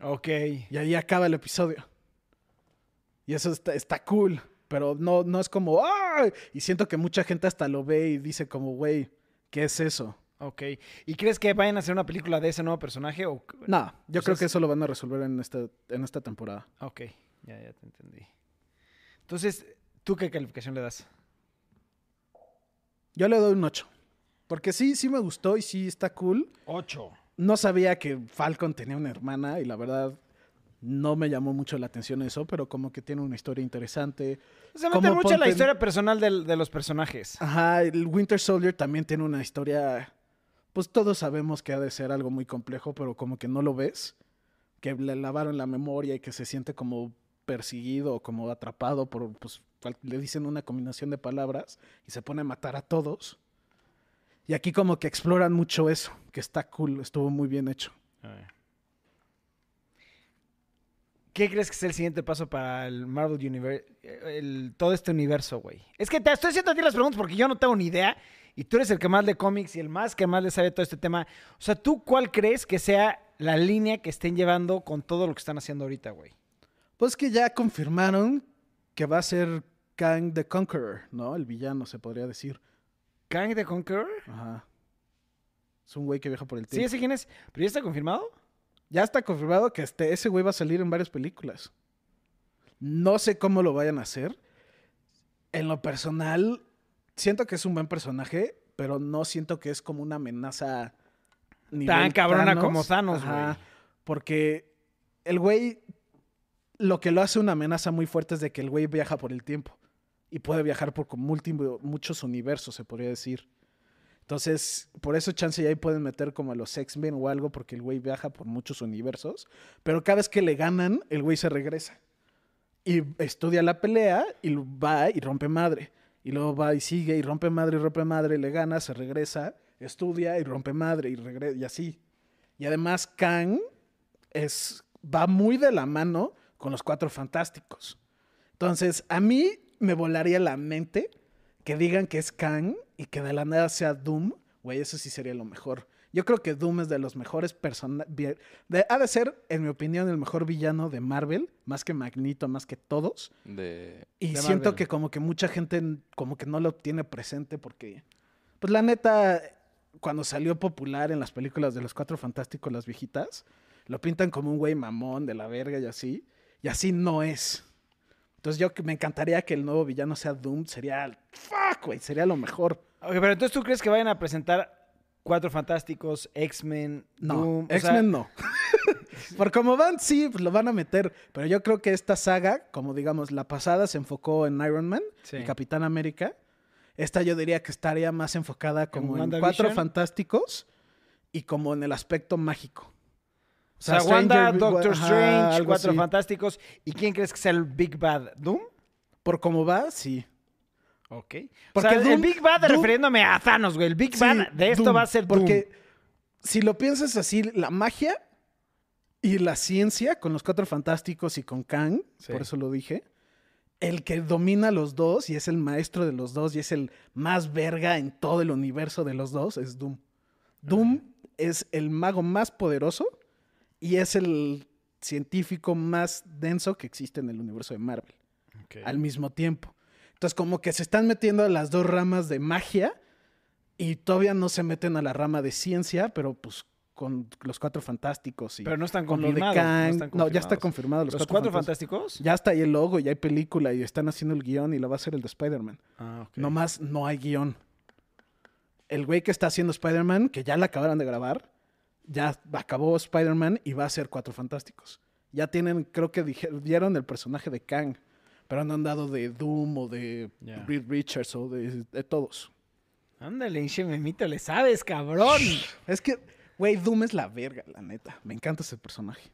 S1: Ok.
S2: Y ahí acaba el episodio. Y eso está, está cool. Pero no, no es como, ¡ay! Y siento que mucha gente hasta lo ve y dice como, güey, ¿qué es eso?
S1: Ok. ¿Y crees que vayan a hacer una película de ese nuevo personaje? O...
S2: No, yo
S1: O sea,
S2: creo
S1: sí.
S2: que eso lo van a resolver en esta, en esta temporada.
S1: Ok, ya, ya te entendí. Entonces, ¿tú qué calificación le das?
S2: Yo le doy un 8. Porque sí, sí me gustó y sí está cool.
S1: Ocho.
S2: No sabía que Falcon tenía una hermana y la verdad no me llamó mucho la atención eso, pero como que tiene una historia interesante.
S1: Se mete
S2: Como
S1: mucho en la
S2: ponte-
S1: historia personal del- de los personajes.
S2: Ajá, el Winter Soldier también tiene una historia. Pues todos sabemos que ha de ser algo muy complejo, pero como que no lo ves. que le lavaron la memoria y que se siente como perseguido o como atrapado por, pues, cual- le dicen una combinación de palabras y se pone a matar a todos. Y aquí como que exploran mucho eso, que está cool, estuvo muy bien hecho.
S1: ¿Qué crees que es el siguiente paso para el Marvel Universe? el- todo este universo, güey. Es que te estoy haciendo a ti las preguntas porque yo no tengo ni idea. Y tú eres el que más de cómics y el más que más le sabe todo este tema. O sea, ¿tú cuál crees que sea la línea que estén llevando con todo lo que están haciendo ahorita, güey?
S2: Pues que ya confirmaron que va a ser Kang the Conqueror, ¿no? El villano, se podría decir.
S1: ¿Kang the Conqueror?
S2: Ajá. Es un güey que viaja por el
S1: Sí,
S2: tiempo.
S1: ese quién es. ¿Pero ya está confirmado?
S2: Ya está confirmado que este, ese güey va a salir en varias películas. No sé cómo lo vayan a hacer. En lo personal, siento que es un buen personaje, pero no siento que es como una amenaza nivel
S1: Tan cabrona como Thanos,
S2: Ajá,
S1: güey.
S2: Porque el güey, lo que lo hace una amenaza muy fuerte es de que el güey viaja por el tiempo. Y puede viajar por como múltiplo- muchos universos, se podría decir. Entonces, por eso chance ya ahí pueden meter como a los X-Men o algo, porque el güey viaja por muchos universos. Pero cada vez que le ganan, el güey se regresa. Y estudia la pelea y lo- va y rompe madre. Y luego va y sigue y rompe madre y rompe madre, le gana, se regresa, estudia y rompe madre y regresa y así. Y además Kang es, va muy de la mano con los cuatro fantásticos. Entonces, a mí me volaría la mente que digan que es Kang y que de la nada sea Doom. Güey, eso sí sería lo mejor. Yo creo que Doom es de los mejores personajes. Ha de ser, en mi opinión, el mejor villano de Marvel, más que Magneto, más que todos.
S3: De...
S2: Y
S1: de
S2: siento
S1: Marvel.
S2: que como que mucha gente n- como que no lo tiene presente porque, pues la neta, cuando salió popular en las películas de los Cuatro Fantásticos, las viejitas, lo pintan como un güey mamón de la verga y así, y así no es. Entonces yo que- me encantaría que el nuevo villano sea Doom, sería, fuck, güey, sería lo mejor.
S1: Ok, pero entonces tú crees que vayan a presentar Cuatro Fantásticos, X-Men,
S2: No,
S1: Doom? O sea, *laughs*
S2: X-Men no. *laughs* Por como van, sí, pues lo van a meter, pero yo creo que esta saga, como digamos la pasada, se enfocó en Iron Man,
S1: Sí.
S2: y Capitán América. Esta yo diría que estaría más enfocada como en
S1: WandaVision?
S2: cuatro fantásticos y como en el aspecto mágico.
S1: O sea, Wanda,
S2: Stranger-
S1: Doctor
S2: ajá,
S1: Strange,
S2: algo
S1: Cuatro
S2: así.
S1: Fantásticos. ¿Y quién crees que sea el Big Bad? ¿Doom?
S2: Por cómo va, sí.
S1: Ok.
S2: Porque
S1: o sea, el
S2: Doom-
S1: Big Bad,
S2: Doom-
S1: refiriéndome a Thanos, güey. El Big
S2: Sí,
S1: Bad de esto
S2: Doom,
S1: va a ser Doom.
S2: Porque si lo piensas así, la magia y la ciencia con los cuatro fantásticos y con Kang,
S1: Sí.
S2: por eso lo dije. El que domina los dos y es el maestro de los dos y es el más verga en todo el universo de los dos es Doom.
S1: Ah.
S2: Doom es el mago más poderoso y es el científico más denso que existe en el universo de Marvel al mismo tiempo. Entonces, como que se están metiendo a las dos ramas de magia y todavía no se meten a la rama de ciencia, pero pues con los cuatro fantásticos y
S1: Pero no están
S2: con lo de
S1: confirmados.
S2: Kang.
S1: están
S2: No, ya está
S1: confirmados.
S2: confirmado
S1: ¿Los,
S2: los,
S1: Cuatro
S2: Fantásticos.
S1: Fantásticos?
S2: Ya está ahí el logo, ya hay película y están haciendo el guión y lo va a hacer el de Spider-Man.
S1: Ah, ok.
S2: Nomás no hay guión. El güey que está haciendo Spider-Man, que ya la acabaron de grabar, ya acabó Spider-Man y va a ser Cuatro Fantásticos. Ya tienen, creo que dije- dieron el personaje de Kang, pero no han dado de Doom o de
S1: Ya.
S2: Reed Richards o de, de todos.
S1: Ándale, hinche memito, le sabes, cabrón.
S2: Es que, güey, Doom es la verga, la neta. Me encanta ese personaje.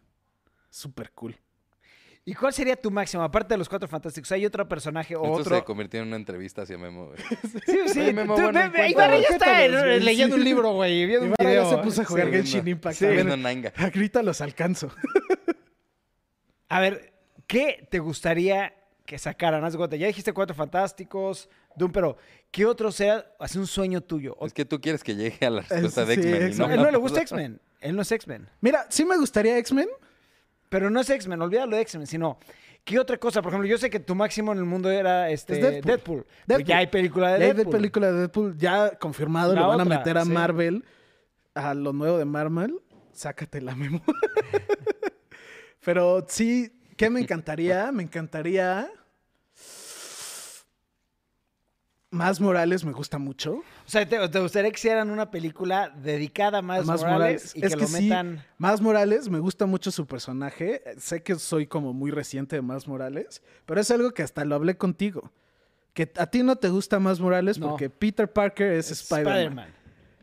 S2: Súper cool. *laughs*
S1: ¿Y cuál sería tu máximo? Aparte de los Cuatro Fantásticos, ¿hay otro personaje o
S3: Esto se
S1: otro?
S3: convirtió en una entrevista hacia Memo, güey.
S1: Sí, sí.
S3: Oye, Memo,
S1: tú-
S3: bueno,
S1: ve- ve,
S3: cuéntanos,
S1: Ibarra ya está
S2: cuéntanos,
S1: eh,
S2: güey.
S1: leyendo un libro, güey, viendo un
S2: Ibarra ya
S1: video.
S2: se puso a jugar
S3: Sí,
S2: Genshin
S3: no.
S2: Impact.
S1: Sí.
S2: A ver,
S3: Viendo Nanga.
S2: ahorita los alcanzo.
S1: A ver, ¿qué te gustaría que sacaran? Haz de cuenta, ya dijiste Cuatro Fantásticos, Doom, pero ¿qué otro sea así un sueño tuyo? O-
S3: Es que tú quieres que llegue a la respuesta de
S2: sí,
S3: X-Men. y
S2: exacto.
S1: No,
S3: no,
S1: él no
S3: me
S1: le gusta
S3: acuerdo.
S1: X-Men. Él no es X-Men.
S2: Mira, sí me gustaría X-Men,
S1: Pero no es X-Men, olvídalo de X-Men, sino... ¿Qué otra cosa? Por ejemplo, yo sé que tu máximo en el mundo era este,
S2: Es
S1: Deadpool.
S2: Deadpool.
S1: Pero
S2: Deadpool.
S1: ya hay película de
S2: Ya hay de
S1: Deadpool.
S2: película de Deadpool ya confirmado,
S1: La
S2: lo van a
S1: otra,
S2: meter a
S1: sí.
S2: Marvel, a lo nuevo de Marvel. Sácate la memoria. *laughs* Pero sí, ¿qué me encantaría? Me encantaría. Más Morales me gusta mucho.
S1: O sea, ¿te, te gustaría que hicieran una película dedicada a Miles
S2: Más
S1: Morales,
S2: Morales.
S1: y
S2: Es
S1: que,
S2: que
S1: lo
S2: sí.
S1: metan...
S2: Más Morales me gusta mucho su personaje. Eh, Sé que soy como muy reciente de Más Morales, pero es algo que hasta lo hablé contigo. Que a ti no te gusta Más Morales
S1: No.
S2: porque Peter Parker es, Spider-Man.
S1: Spider-Man.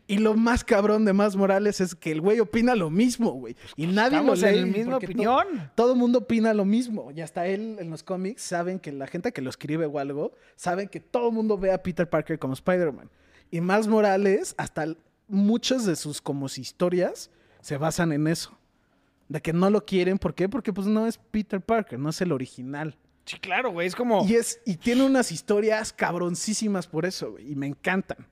S2: Y lo más cabrón de Más Morales es que el güey opina lo mismo, güey. Y nadie lo
S1: Pues, Estamos en
S2: lee.
S1: la misma
S2: porque to-
S1: opinión.
S2: Todo el mundo opina lo mismo. Y hasta él en los cómics saben que la gente que lo escribe o algo, saben que todo el mundo ve a Peter Parker como Spider-Man. Y Miles Morales, hasta l- muchas de sus como si historias se basan en eso. De que no lo quieren, ¿por qué? Porque pues no es Peter Parker, no es el original.
S1: Sí, claro, güey. Es como.
S2: Y es y tiene unas historias cabroncísimas por eso, güey, y me encantan.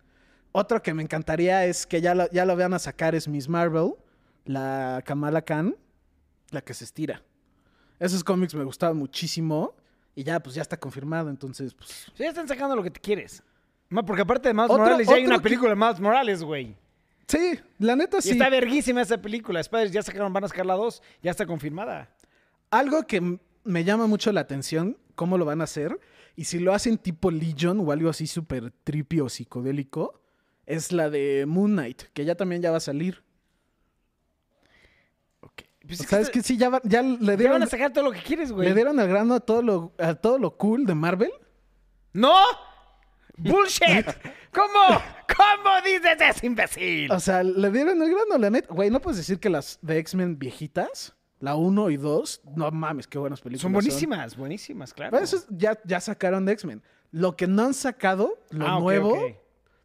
S2: Otro que me encantaría es que ya lo, ya lo vean a sacar es Miss Marvel, la Kamala Khan, la que se estira. Esos cómics me gustaban muchísimo y ya pues ya está confirmado, entonces pues
S1: Sí, ya están sacando lo que te quieres. Ma, Porque aparte de Miles
S2: Otro-
S1: Morales, ya hay
S2: otro
S1: una
S2: que-
S1: película de Miles Morales, güey.
S2: Sí, la neta
S1: Y
S2: sí.
S1: está verguísima esa película. Spider ya sacaron, van a sacar la 2, ya está confirmada.
S2: Algo que m- me llama mucho la atención, cómo lo van a hacer, y si lo hacen tipo Legion o algo así súper trippy o psicodélico, es la de Moon Knight, que ya también ya va a salir.
S1: Pues es que
S2: ¿Sabes
S1: está-
S2: que sí? Ya, va- ya
S1: Ya
S2: le
S1: van
S2: dieron,
S1: a sacar todo lo que quieres, güey.
S2: le dieron al grano a todo, lo, a todo lo cool de Marvel.
S1: ¡No! *laughs* ¡Bullshit! ¿Cómo? ¿Cómo dices eso, imbécil?
S2: O sea, le dieron el grano, la neta. Güey, no puedes decir que las de X-Men viejitas, la 1 y 2, no mames, qué buenas películas.
S1: Son buenísimas, buenísimas, claro.
S2: Pero eso es- ya, ya sacaron de X-Men. Lo que no han sacado, lo
S1: Ah, ok,
S2: nuevo,
S1: ok.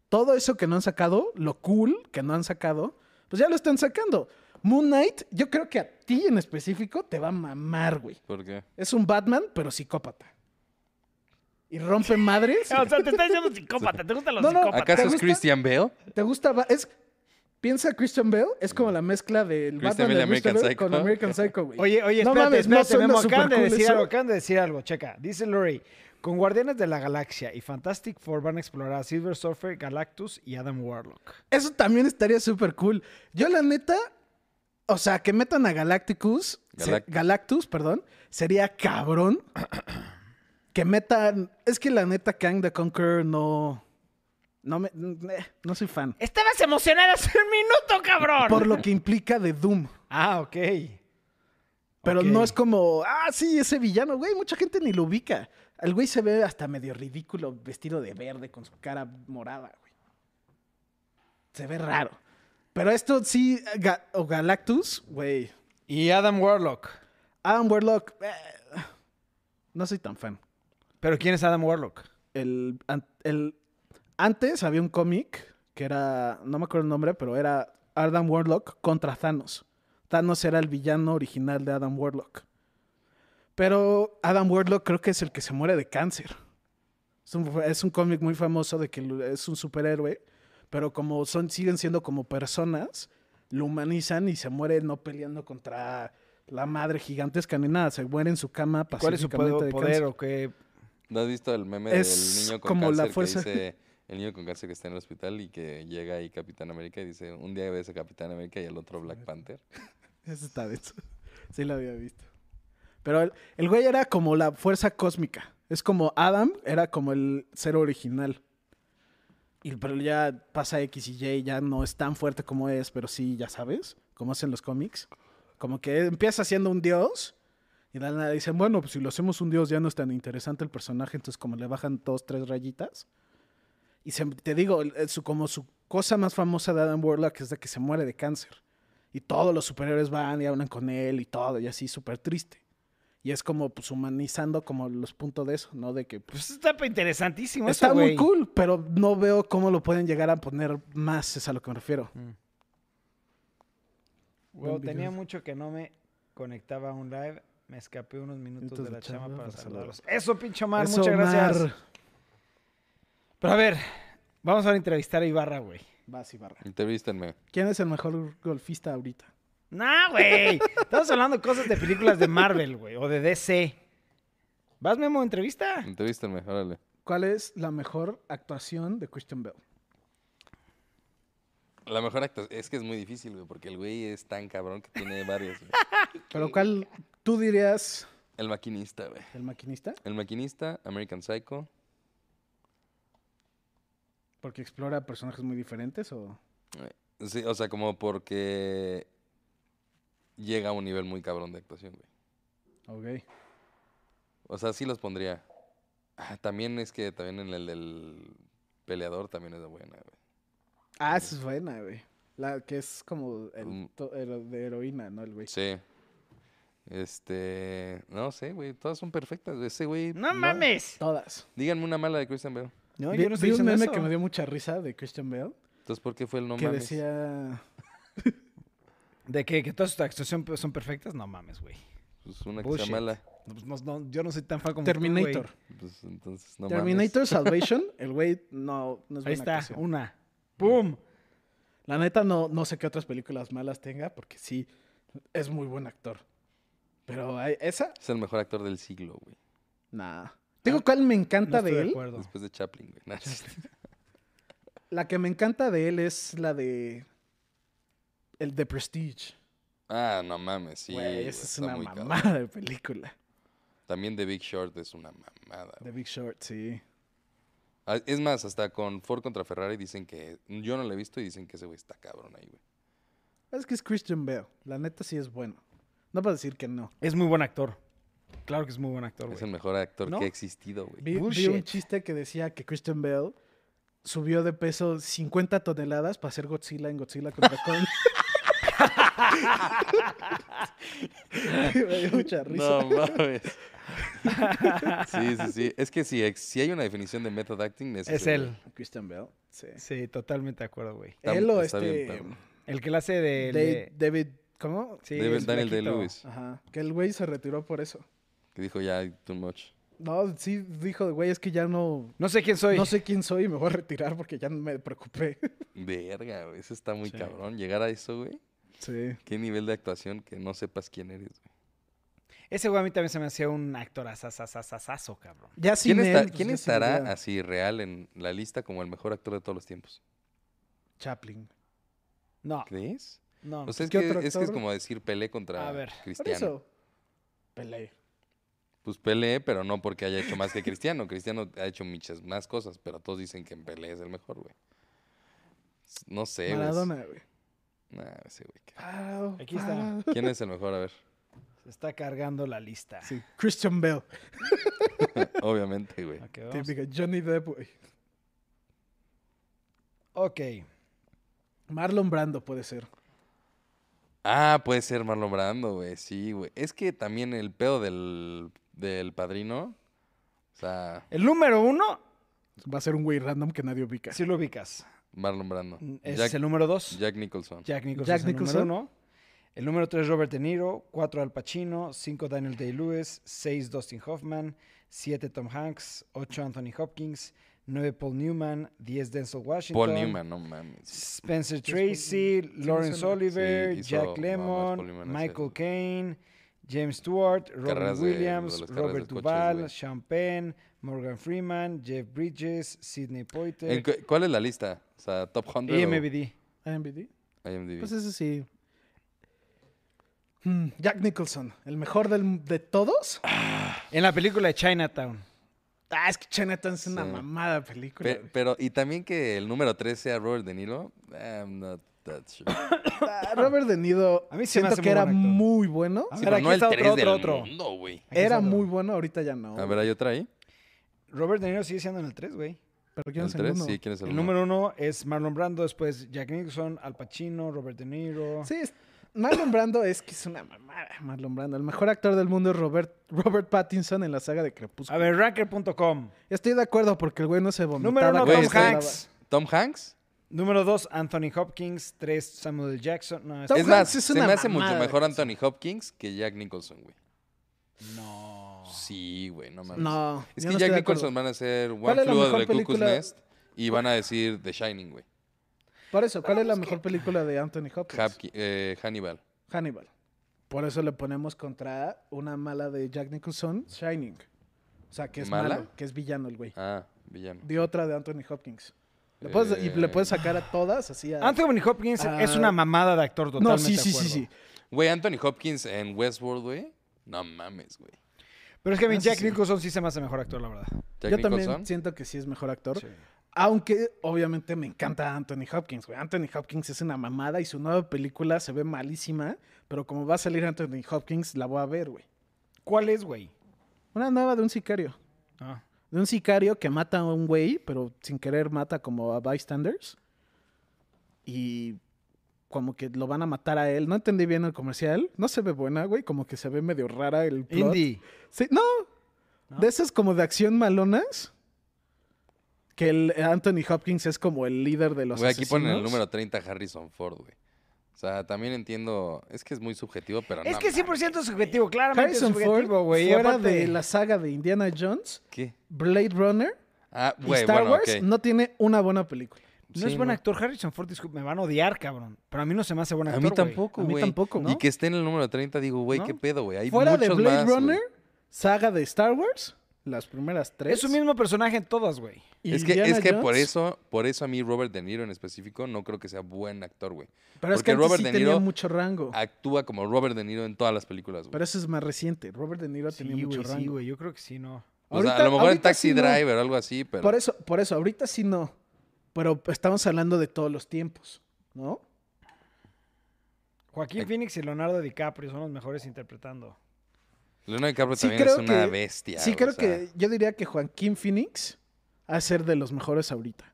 S2: todo eso que no han sacado, lo cool que no han sacado, pues ya lo están sacando. Moon Knight, yo creo que a ti en específico te va a mamar, güey.
S3: ¿Por qué?
S2: Es un Batman, pero psicópata.
S1: *laughs*
S2: Y rompe madres.
S1: O sea, te está diciendo psicópata. ¿Te gustan los
S2: No, no,
S1: psicópatas?
S2: ¿te
S3: ¿Acaso es
S2: gusta?
S3: Christian Bale?
S2: ¿Te gusta? Ba- Es, piensa Christian Bale, es como la mezcla del
S3: Christian
S2: Batman
S3: Bale
S2: de
S3: y American
S2: Christian Bale
S3: Psycho.
S2: con American Psycho, güey.
S1: Oye, oye,
S2: No
S1: espérate,
S2: mames, no
S1: espérate,
S2: suena
S1: Memo,
S2: súper
S1: acaban de
S2: cool
S1: decir
S2: eso.
S1: algo, acaban de decir algo, checa. Dice Lori, con Guardianes de la Galaxia y Fantastic Four van a explorar a Silver Surfer, Galactus y Adam Warlock.
S2: Eso también estaría súper cool. Yo, la neta, o sea, que metan a Galacticus, se-
S3: Galactus.
S2: Galactus, perdón, sería cabrón. que metan. Es que la neta, Kang the Conqueror no. No me. eh, No soy fan.
S1: Estabas emocionada hace un minuto, cabrón.
S2: Por lo que implica de Doom.
S1: Ah, ok.
S2: Pero
S1: Ok.
S2: no es como, ah, sí, ese villano, güey, mucha gente ni lo ubica. El güey se ve hasta medio ridículo, vestido de verde, con su cara morada, güey. Se ve raro. Pero esto sí, Ga- o Galactus, güey.
S1: Y Adam Warlock.
S2: Adam Warlock, eh, no soy tan fan.
S1: ¿Pero quién es Adam Warlock?
S2: El, an- el- antes había un cómic que era, no me acuerdo el nombre, pero era Adam Warlock contra Thanos. Thanos era el villano original de Adam Warlock. Pero Adam Warlock creo que es el que se muere de cáncer. Es un, es un cómic muy famoso de que lo- es un superhéroe, pero como son, siguen siendo como personas, lo humanizan y se muere no peleando contra la madre gigantesca ni nada, se muere en su cama
S1: ¿Cuál es su
S2: pacíficamente
S1: poder,
S2: de
S1: poder
S2: cáncer.
S1: o qué?
S3: ¿No has visto el meme
S2: Es
S3: del niño con
S2: como la
S3: cáncer
S2: fuerza.
S3: que dice el niño con cáncer que está en el hospital y que llega ahí Capitán América y dice un día ves a Capitán América y el otro Black Panther?
S2: Eso está denso. *laughs* Sí lo había visto. Pero el, el güey era como la fuerza cósmica. Es como Adam era como el ser original. Y pero ya pasa X y Y, ya no es tan fuerte como es, pero sí, ya sabes, como hacen los cómics. Como que empieza siendo un dios y de la nada dicen, bueno, pues si lo hacemos un dios ya no es tan interesante el personaje, entonces como le bajan dos, tres rayitas. Y se- te digo, el- el- su, como su cosa más famosa de Adam Warlock es de que se muere de cáncer. Y todos los superhéroes van y hablan con él y todo, y así súper triste. Y es como pues humanizando como los puntos de eso, ¿no? De que pues,
S1: Pues está interesantísimo
S2: está
S1: eso,
S2: muy
S1: güey.
S2: cool, pero no veo cómo lo pueden llegar a poner más, es a lo que me refiero.
S1: Güey,
S2: Buen video.
S1: tenía mucho que no me conectaba a un live. Me escapé unos minutos
S2: Minutos
S1: de la chama para
S2: saludarlos.
S1: saludarlos. Eso, pinche Omar,
S2: Eso,
S1: muchas gracias.
S2: Omar.
S1: Pero a ver, vamos a entrevistar a Ibarra, güey.
S2: Vas, Ibarra.
S3: Entrevístenme.
S2: ¿Quién es el mejor golfista ahorita?
S1: No, güey. Estamos hablando de cosas de películas de Marvel, güey, o de DC. ¿Vas, Memo, a entrevista?
S3: Entrevístenme, órale.
S2: ¿Cuál es la mejor actuación de Christian Bell?
S3: La mejor actuación es que es muy difícil, güey, porque el güey es tan cabrón que tiene varios. güey.
S2: Pero ¿cuál tú dirías
S3: El maquinista, güey.
S2: el maquinista?
S3: El maquinista, American Psycho.
S2: Porque explora personajes muy diferentes o...
S3: Sí, o sea, como porque llega a un nivel muy cabrón de actuación, güey.
S2: Ok.
S3: O sea, sí los pondría. Ah, También es que también en el del peleador también es de buena, güey.
S2: Ah, esa es buena, güey. La que es como el
S3: Mm.
S2: to- hero- de heroína, ¿no? El güey.
S3: Sí. Este, no sé, güey, todas son perfectas. Ese güey.
S1: ¡No mames!
S2: Todas.
S3: Díganme una mala de Christian Bale.
S1: No,
S2: Vi-
S1: yo no estoy
S2: vi un
S1: diciendo
S2: meme
S1: eso.
S2: que me dio mucha risa de Christian Bale
S3: Entonces, ¿por qué fue el no
S2: que
S3: mames?
S2: decía...
S1: De que, que todas sus actuaciones son perfectas, no mames, güey.
S3: Pues una que
S1: Bullshit.
S3: sea mala.
S1: No, pues, no- no, yo no soy tan fan como tú, güey.
S2: Terminator.
S3: Pues entonces no
S2: Terminator Salvation. El güey no, no es buena
S1: Ahí está,
S2: actuación.
S1: una. ¡Pum!
S2: La neta no, no sé qué otras películas malas tenga porque sí, es muy buen actor. Pero ay, esa,
S3: mames. Es el mejor actor del siglo, güey.
S2: nada. Tengo cuál me
S1: No
S2: encanta
S1: estoy
S2: de
S1: de
S2: él.
S1: acuerdo.
S3: Después de Chaplin, güey. Nah,
S2: La que me encanta de él es la de. El de Prestige.
S3: ah, no mames, sí.
S2: Güey,
S3: güey,
S2: esa es
S3: está
S2: una
S3: muy cabrón.
S2: mamada de película.
S3: También The Big Short es una mamada.
S2: The
S3: güey.
S2: Big Short, sí.
S3: Ah, Es más, hasta con Ford contra Ferrari dicen que. Yo no la he visto y dicen que ese güey está cabrón ahí, güey.
S2: Es que es Christian Bale. La neta sí es bueno. No para decir que no.
S1: Es muy buen actor. Claro que es muy buen actor,
S3: Es
S1: güey.
S3: el mejor actor
S1: ¿No?
S3: que ha existido, güey.
S2: Vi, vi un
S1: Bullshit.
S2: chiste que decía que Christian Bale subió de peso 50 toneladas para hacer Godzilla en Godzilla contra
S3: *laughs*
S2: Kong. Me dio mucha risa.
S3: No mames. sí, sí, sí. Es que si, ex- si hay una definición de method acting, es,
S1: Es
S3: ese
S1: él.
S3: güey.
S2: Christian Bale, sí.
S1: Sí, totalmente de acuerdo, güey.
S3: Está-
S2: Él o
S3: está bien
S2: este.
S3: perro.
S1: El que la hace de...
S2: Dave- David, ¿cómo?
S1: Sí,
S3: Debe-
S1: el
S3: Daniel
S1: flaquito.
S3: Day-Lewis,
S2: Ajá. Que el güey se retiró por eso.
S3: que dijo ya too much.
S2: No, sí dijo, güey, es que ya no.
S1: No sé quién soy.
S2: No sé quién soy y me voy a retirar porque ya me preocupé.
S3: Verga, güey. Eso está muy
S1: Sí.
S3: cabrón. Llegar a eso, güey.
S2: Sí.
S3: Qué nivel de actuación que no sepas quién eres, güey.
S1: Ese güey a mí también se me hacía un actor asasasasasazo, cabrón.
S2: Ya
S3: ¿Quién,
S2: sin
S3: está-
S2: él, pues,
S3: quién
S2: ya sin
S3: estará
S2: idea.
S3: así real en la lista como el mejor actor de todos los tiempos?
S2: Chaplin.
S1: No,
S3: ¿Crees?
S1: no.
S3: O sea,
S2: Ah. pues,
S3: es
S2: ¿qué
S3: que,
S2: otro
S3: es que es
S2: actor?
S3: como decir Pelé contra
S1: A ver, por
S2: Por
S3: Cristiano.
S2: eso. Pelé.
S3: Pues Pelé, pero no porque haya hecho más que Cristiano. Cristiano ha hecho muchas más cosas, pero todos dicen que en Pelé es el mejor, güey. S- No sé, güey.
S2: Maradona, güey.
S3: Nah, ese güey, qué-
S2: Parado,
S1: Aquí está.
S2: parado.
S3: ¿Quién es el mejor? A ver.
S1: Se está cargando la lista.
S2: Sí, Christian Bale.
S3: Obviamente, güey.
S1: Ok, vamos.
S2: Típica. Johnny Depp, güey.
S1: Ok.
S2: Marlon Brando puede ser.
S3: Ah, puede ser Marlon Brando, güey. Sí, güey. Es que también el pedo del, del padrino. O sea,
S1: El número uno,
S2: Va a ser un güey random que nadie ubica.
S1: si lo ubicas.
S3: Marlon Brando.
S1: Mm, Es
S3: Jack,
S1: el número dos.
S3: Jack Nicholson.
S1: Jack Nicholson
S2: Jack
S1: es el
S2: Nicholson.
S1: número uno. El número tres, Robert De Niro. Cuatro, Al Pacino. Cinco, Daniel Day-Lewis. Seis, Dustin Hoffman. Siete, Tom Hanks. Ocho, Anthony Hopkins. Nueve, Paul Newman. Diez, Denzel Washington.
S3: Paul Newman, no mames.
S1: Spencer
S2: Sí, es Paul
S1: Tracy,
S2: Newman. Sí me
S1: Lawrence
S2: suena.
S1: Oliver,
S3: Sí, hizo-
S1: Jack
S3: no, no es Paul
S1: Lemmon,
S3: Newman, es
S1: Michael
S3: el-
S1: Caine, James Stewart, Robin
S3: Carreras de-
S1: Williams,
S3: de las carreras
S1: Robert
S3: de coches,
S1: Duvall,
S3: güey.
S1: Sean Penn, Morgan Freeman, Jeff Bridges, Sidney
S3: ¿En
S1: Poitier,
S3: cu- ¿Cuál es la lista? O sea, top 100 o
S1: IMBD.
S2: IMDb.
S3: IMDb?
S2: Pues eso sí. Mm, Jack Nicholson, el mejor del- de todos.
S1: En la película de Chinatown.
S2: Ah, es que Chinatown es una
S3: Sí.
S2: mamada
S3: Pe-
S2: película.
S3: pero,
S2: güey.
S3: y también que el número 3 sea Robert De Niro. I'm not that sure.
S1: *laughs*
S2: Ah, Robert De Niro,
S1: A mí se me
S2: siento
S1: hace
S2: que
S1: muy
S2: era
S1: buen actor.
S2: muy bueno.
S1: A
S3: Sí,
S1: ver,
S3: pero
S1: aquí
S3: no el
S1: está
S3: 3
S1: otro,
S3: del
S1: otro, otro.
S3: mundo, güey.
S1: Aquí está
S2: Era
S1: otro.
S2: muy bueno, ahorita ya no.
S3: A ver, ¿hay otra ahí?
S1: Robert De Niro sigue siendo en el 3, güey.
S2: pero ¿quién
S3: ¿El
S2: es el
S3: 3?
S2: uno?
S3: Sí, ¿quién es el,
S1: El
S3: uno?
S1: número uno es Marlon Brando, después Jack Nicholson, Al Pacino, Robert De Niro.
S2: Sí, es- Marlon Brando es que es una mamada. Marlon Brando, el mejor actor del mundo es Robert, Robert Pattinson en la saga de Crepúsculo.
S1: A ver, Ranker.com.
S2: Estoy de acuerdo porque el güey no se vomitaba.
S1: Número uno,
S3: Güey,
S1: Tom
S3: estoy-
S1: Hanks.
S3: ¿Tom Hanks?
S1: Número 2, Anthony Hopkins. 3, Samuel L. Jackson. No, este
S2: Tom
S1: es-
S3: es
S2: Hanks
S3: más,
S2: es
S3: se
S2: una
S3: me hace mucho
S2: mamada de
S3: mejor Anthony Hopkins que Jack Nicholson, güey.
S1: no.
S3: Sí, güey, no mames.
S2: No,
S3: Es
S2: yo no
S3: que
S2: estoy
S3: Jack
S2: de acuerdo.
S3: Nicholson van a hacer One
S2: ¿Cuál es la
S3: Flew
S2: mejor
S3: Over the Cuckoo's
S2: película?
S3: Nest y van a decir The Shining, güey.
S2: Por eso, ¿cuál es la mejor película de Anthony Hopkins?
S3: Hapki- eh, Hannibal.
S2: Hannibal. Por eso le ponemos contra una mala de Jack Nicholson, Shining. O sea, que es
S3: ¿Mala?
S2: malo, que es villano el güey.
S3: Ah, villano.
S2: De otra de Anthony Hopkins. Le puedes- Y le
S3: Eh.
S2: puedes sacar a todas así a...
S1: Anthony Hopkins
S2: Ah.
S1: es una mamada de actor
S2: no,
S1: totalmente.
S2: sí, sí,
S1: de
S2: sí,
S1: acuerdo.
S2: sí.
S3: Güey, Anthony Hopkins en Westworld, güey. No mames, güey.
S1: Pero es que a mí
S2: Ah, sí,
S1: Jack
S2: sí.
S1: Nicholson sí se me hace mejor actor, la verdad.
S3: Jack
S2: Yo
S3: Nicholson.
S2: también siento que sí es mejor actor.
S1: Sí.
S2: Aunque obviamente me encanta Anthony Hopkins, güey. Anthony Hopkins es una mamada y su nueva película se ve malísima. Pero como va a salir Anthony Hopkins, la voy a ver, güey.
S1: ¿Cuál es, güey?
S2: Una nueva de un sicario.
S1: Ah.
S2: De un sicario que mata a un güey, pero sin querer mata como a bystanders. y como que lo van a matar a él. No entendí bien el comercial. No se ve buena, güey. Como que se ve medio rara el plot.
S1: Indie.
S2: Sí, no.
S1: ¿No?
S2: De esas como de acción malonas. Que el Anthony Hopkins es como el líder de los
S3: Güey, aquí ponen el
S2: asesinos.
S3: número 30 Harrison Ford, güey. O sea, también entiendo, es que es muy subjetivo, pero
S1: Es
S3: no
S1: que
S3: mames.
S1: 100% es subjetivo, claramente
S2: Harrison
S1: es
S2: Ford,
S1: subjetivo, güey.
S2: fuera
S1: Aparte-
S2: de la saga de Indiana Jones,
S3: ¿Qué?
S2: Blade Runner
S3: Ah,
S2: y
S3: güey,
S2: Star
S3: bueno,
S2: Wars,
S3: ok.
S2: no tiene una buena película.
S1: No
S3: Sí,
S1: es buen
S3: no.
S1: actor Harrison Ford, disculpe, me van a odiar, cabrón. Pero a mí no se me hace buen
S3: A
S1: actor,
S3: mí
S1: güey.
S3: tampoco,
S2: A mí
S3: güey.
S2: tampoco,
S3: Y
S2: ¿no?
S3: que esté en el número 30, digo, güey, qué
S2: ¿No?
S3: pedo, güey. Hay
S2: Fuera de
S3: muchos
S2: Blade
S3: más, güey.
S2: Runner, saga de Star Wars, las primeras tres.
S1: Es su mismo personaje en todas, güey.
S2: y
S3: es que, es
S2: Indiana
S3: que por
S2: Jones,
S3: eso, por eso a mí Robert De Niro en específico no creo que sea buen actor, güey.
S2: Pero es
S3: porque
S2: que antes
S3: Robert
S2: sí
S3: De
S2: tenía
S3: Niro
S2: mucho rango.
S3: Actúa como Robert De Niro en todas las películas, güey.
S2: Pero eso es más reciente. Robert De Niro tenía mucho
S1: sí,
S2: rango.
S1: güey, yo creo que sí, no.
S3: O sea, a
S2: Ahorita-
S3: lo mejor en
S2: ahorita
S3: Taxi
S2: sí no.
S3: Driver o algo así, pero
S2: Por eso, por eso, ahorita sí no. Pero estamos hablando de todos los tiempos, ¿no?
S1: Joaquín
S3: Ac-
S1: Phoenix y Leonardo DiCaprio son los mejores interpretando.
S3: Leonardo DiCaprio
S2: Sí
S3: también
S2: creo
S3: es una
S2: que-
S3: bestia.
S2: sí,
S3: güey,
S2: creo
S3: o sea,
S2: que yo diría que Joaquín Phoenix va a ser de los mejores ahorita.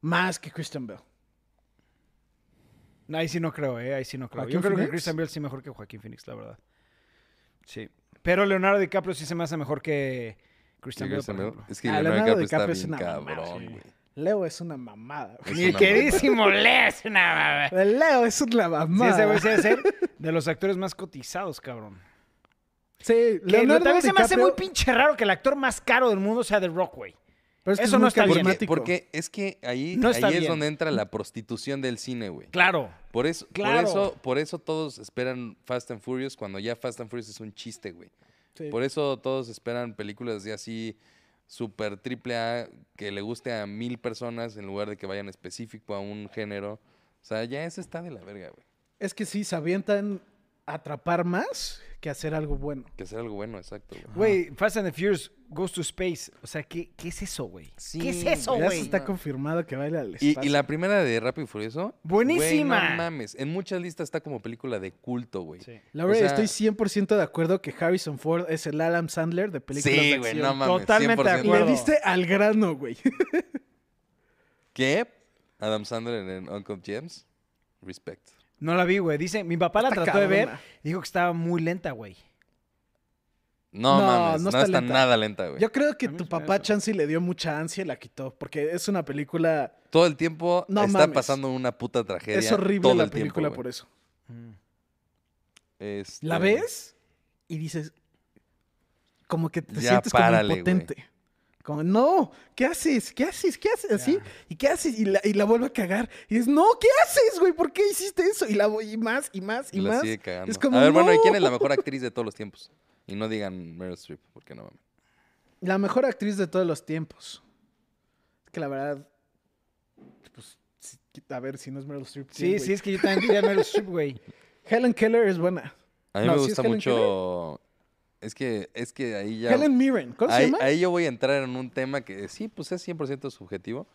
S2: Más que Christian Bell.
S1: No, Ahí sí no creo, eh, ahí sí no creo. Yo
S2: ¿Joaquín
S1: creo que
S2: Phoenix?
S1: Christian Bale sí mejor que Joaquín Phoenix, la verdad. Sí. Pero Leonardo DiCaprio sí se me hace mejor que Christian
S3: Christian
S1: Bale, por
S3: Bale-
S1: ejemplo.
S3: Es que
S2: Ah,
S3: Leonardo
S2: Leonardo
S3: DiCaprio
S2: DiCaprio es
S3: está bien
S2: una mamada,
S3: cabrón,
S2: sí.
S3: güey.
S2: Leo es una mamada. güey.
S3: Es
S1: Mi
S3: una
S1: queridísimo Leo es una mamá.
S2: Leo es una
S1: Sí,
S2: mamada.
S1: ese güey sí debe
S2: *laughs*
S1: ser de los actores más cotizados, cabrón.
S2: Sí,
S1: Que lo-
S2: Leonardo
S1: también se me hace muy
S2: DiCaprio,
S1: pinche raro que el actor más caro del mundo sea The Rock, güey.
S2: pero es que
S1: Eso no
S2: es muy
S1: está bien.
S3: Porque-
S2: carismático.
S3: Porque es que ahí,
S1: No
S3: ahí
S1: está
S3: es
S1: bien.
S3: donde entra la prostitución del cine, güey.
S1: Claro.
S3: Por eso,
S1: Claro.
S3: por eso, por eso todos esperan Fast and Furious cuando ya Fast and Furious es un chiste, güey.
S2: Sí.
S3: Por eso todos esperan películas de así super triple A que le guste a mil personas en lugar de que vayan específico a un género. O sea, ya eso está de la verga, güey.
S2: Es que sí, se avientan a atrapar más que hacer algo bueno.
S3: Que sea algo bueno, exacto, güey.
S1: Güey, Fast and the Furious goes to space. O sea, ¿qué, qué es eso, güey?
S3: Sí,
S1: ¿Qué es eso,
S2: ya se
S1: güey?
S2: está confirmado que baila al
S3: Y-
S2: espacio.
S3: Y, la primera de Rápido y Furioso. güey, no
S1: Buenísima.
S3: mames. En muchas listas está como película de culto, güey.
S1: Sí.
S2: La
S3: o
S2: verdad,
S3: sea-
S2: estoy 100% de acuerdo que Harrison Ford es el Adam Sandler de películas de
S3: Sí, güey,
S2: acción.
S3: no mames.
S1: Totalmente de
S3: 100%.
S1: acuerdo.
S2: Le diste al grano, güey.
S3: ¿Qué? Adam Sandler en Uncle James. Respect.
S1: No la vi, güey. Dice, mi papá la
S2: Está
S1: trató de ver.
S2: cabrona.
S1: y Dijo que estaba muy lenta, güey.
S3: No,
S2: No,
S3: mames, no
S2: no
S3: está,
S2: está lenta.
S3: nada lenta, güey.
S2: Yo creo que
S1: A mí
S2: tu
S1: se me
S2: papá
S1: hace.
S2: Chansey le dio mucha ansia y la quitó, porque es una película...
S3: Todo el tiempo
S2: No
S3: está
S2: mames.
S3: pasando una puta tragedia.
S2: es horrible
S3: todo
S2: la
S3: el tiempo,
S2: película
S3: güey.
S2: por eso. Mm.
S3: Este,
S2: La ves y dices... Como que te
S3: Ya
S2: sientes
S3: párale,
S2: como impotente. Como, no, ¿qué haces? ¿Qué haces? ¿Qué haces? Así.
S1: Ya.
S2: ¿Y qué haces? Y la, y la vuelve a cagar. Y dices, no, ¿qué haces, güey? ¿Por qué hiciste eso? Y la voy y más, y más, y
S3: la
S2: más.
S3: sigue cagando.
S2: Es como,
S3: A ver, bueno, ¿y
S2: "No".
S3: quién es la mejor actriz de todos los tiempos? Y no digan Meryl Streep, porque no mames.
S2: La mejor actriz de todos los tiempos. Es que la verdad. Pues, si- a ver, si no es Meryl Streep.
S1: Sí,
S2: ¿quién,
S1: sí,
S2: güey?
S1: es que yo también diría Meryl Streep, güey.
S2: Helen Keller es buena.
S3: A mí
S2: No,
S3: me
S2: sí es
S3: gusta
S2: Helen
S3: mucho. Es que, es que ahí ya.
S2: Helen Mirren. ¿Cómo se
S3: ahí,
S2: llama?
S3: ahí yo voy a entrar en un tema que sí, pues es 100% subjetivo.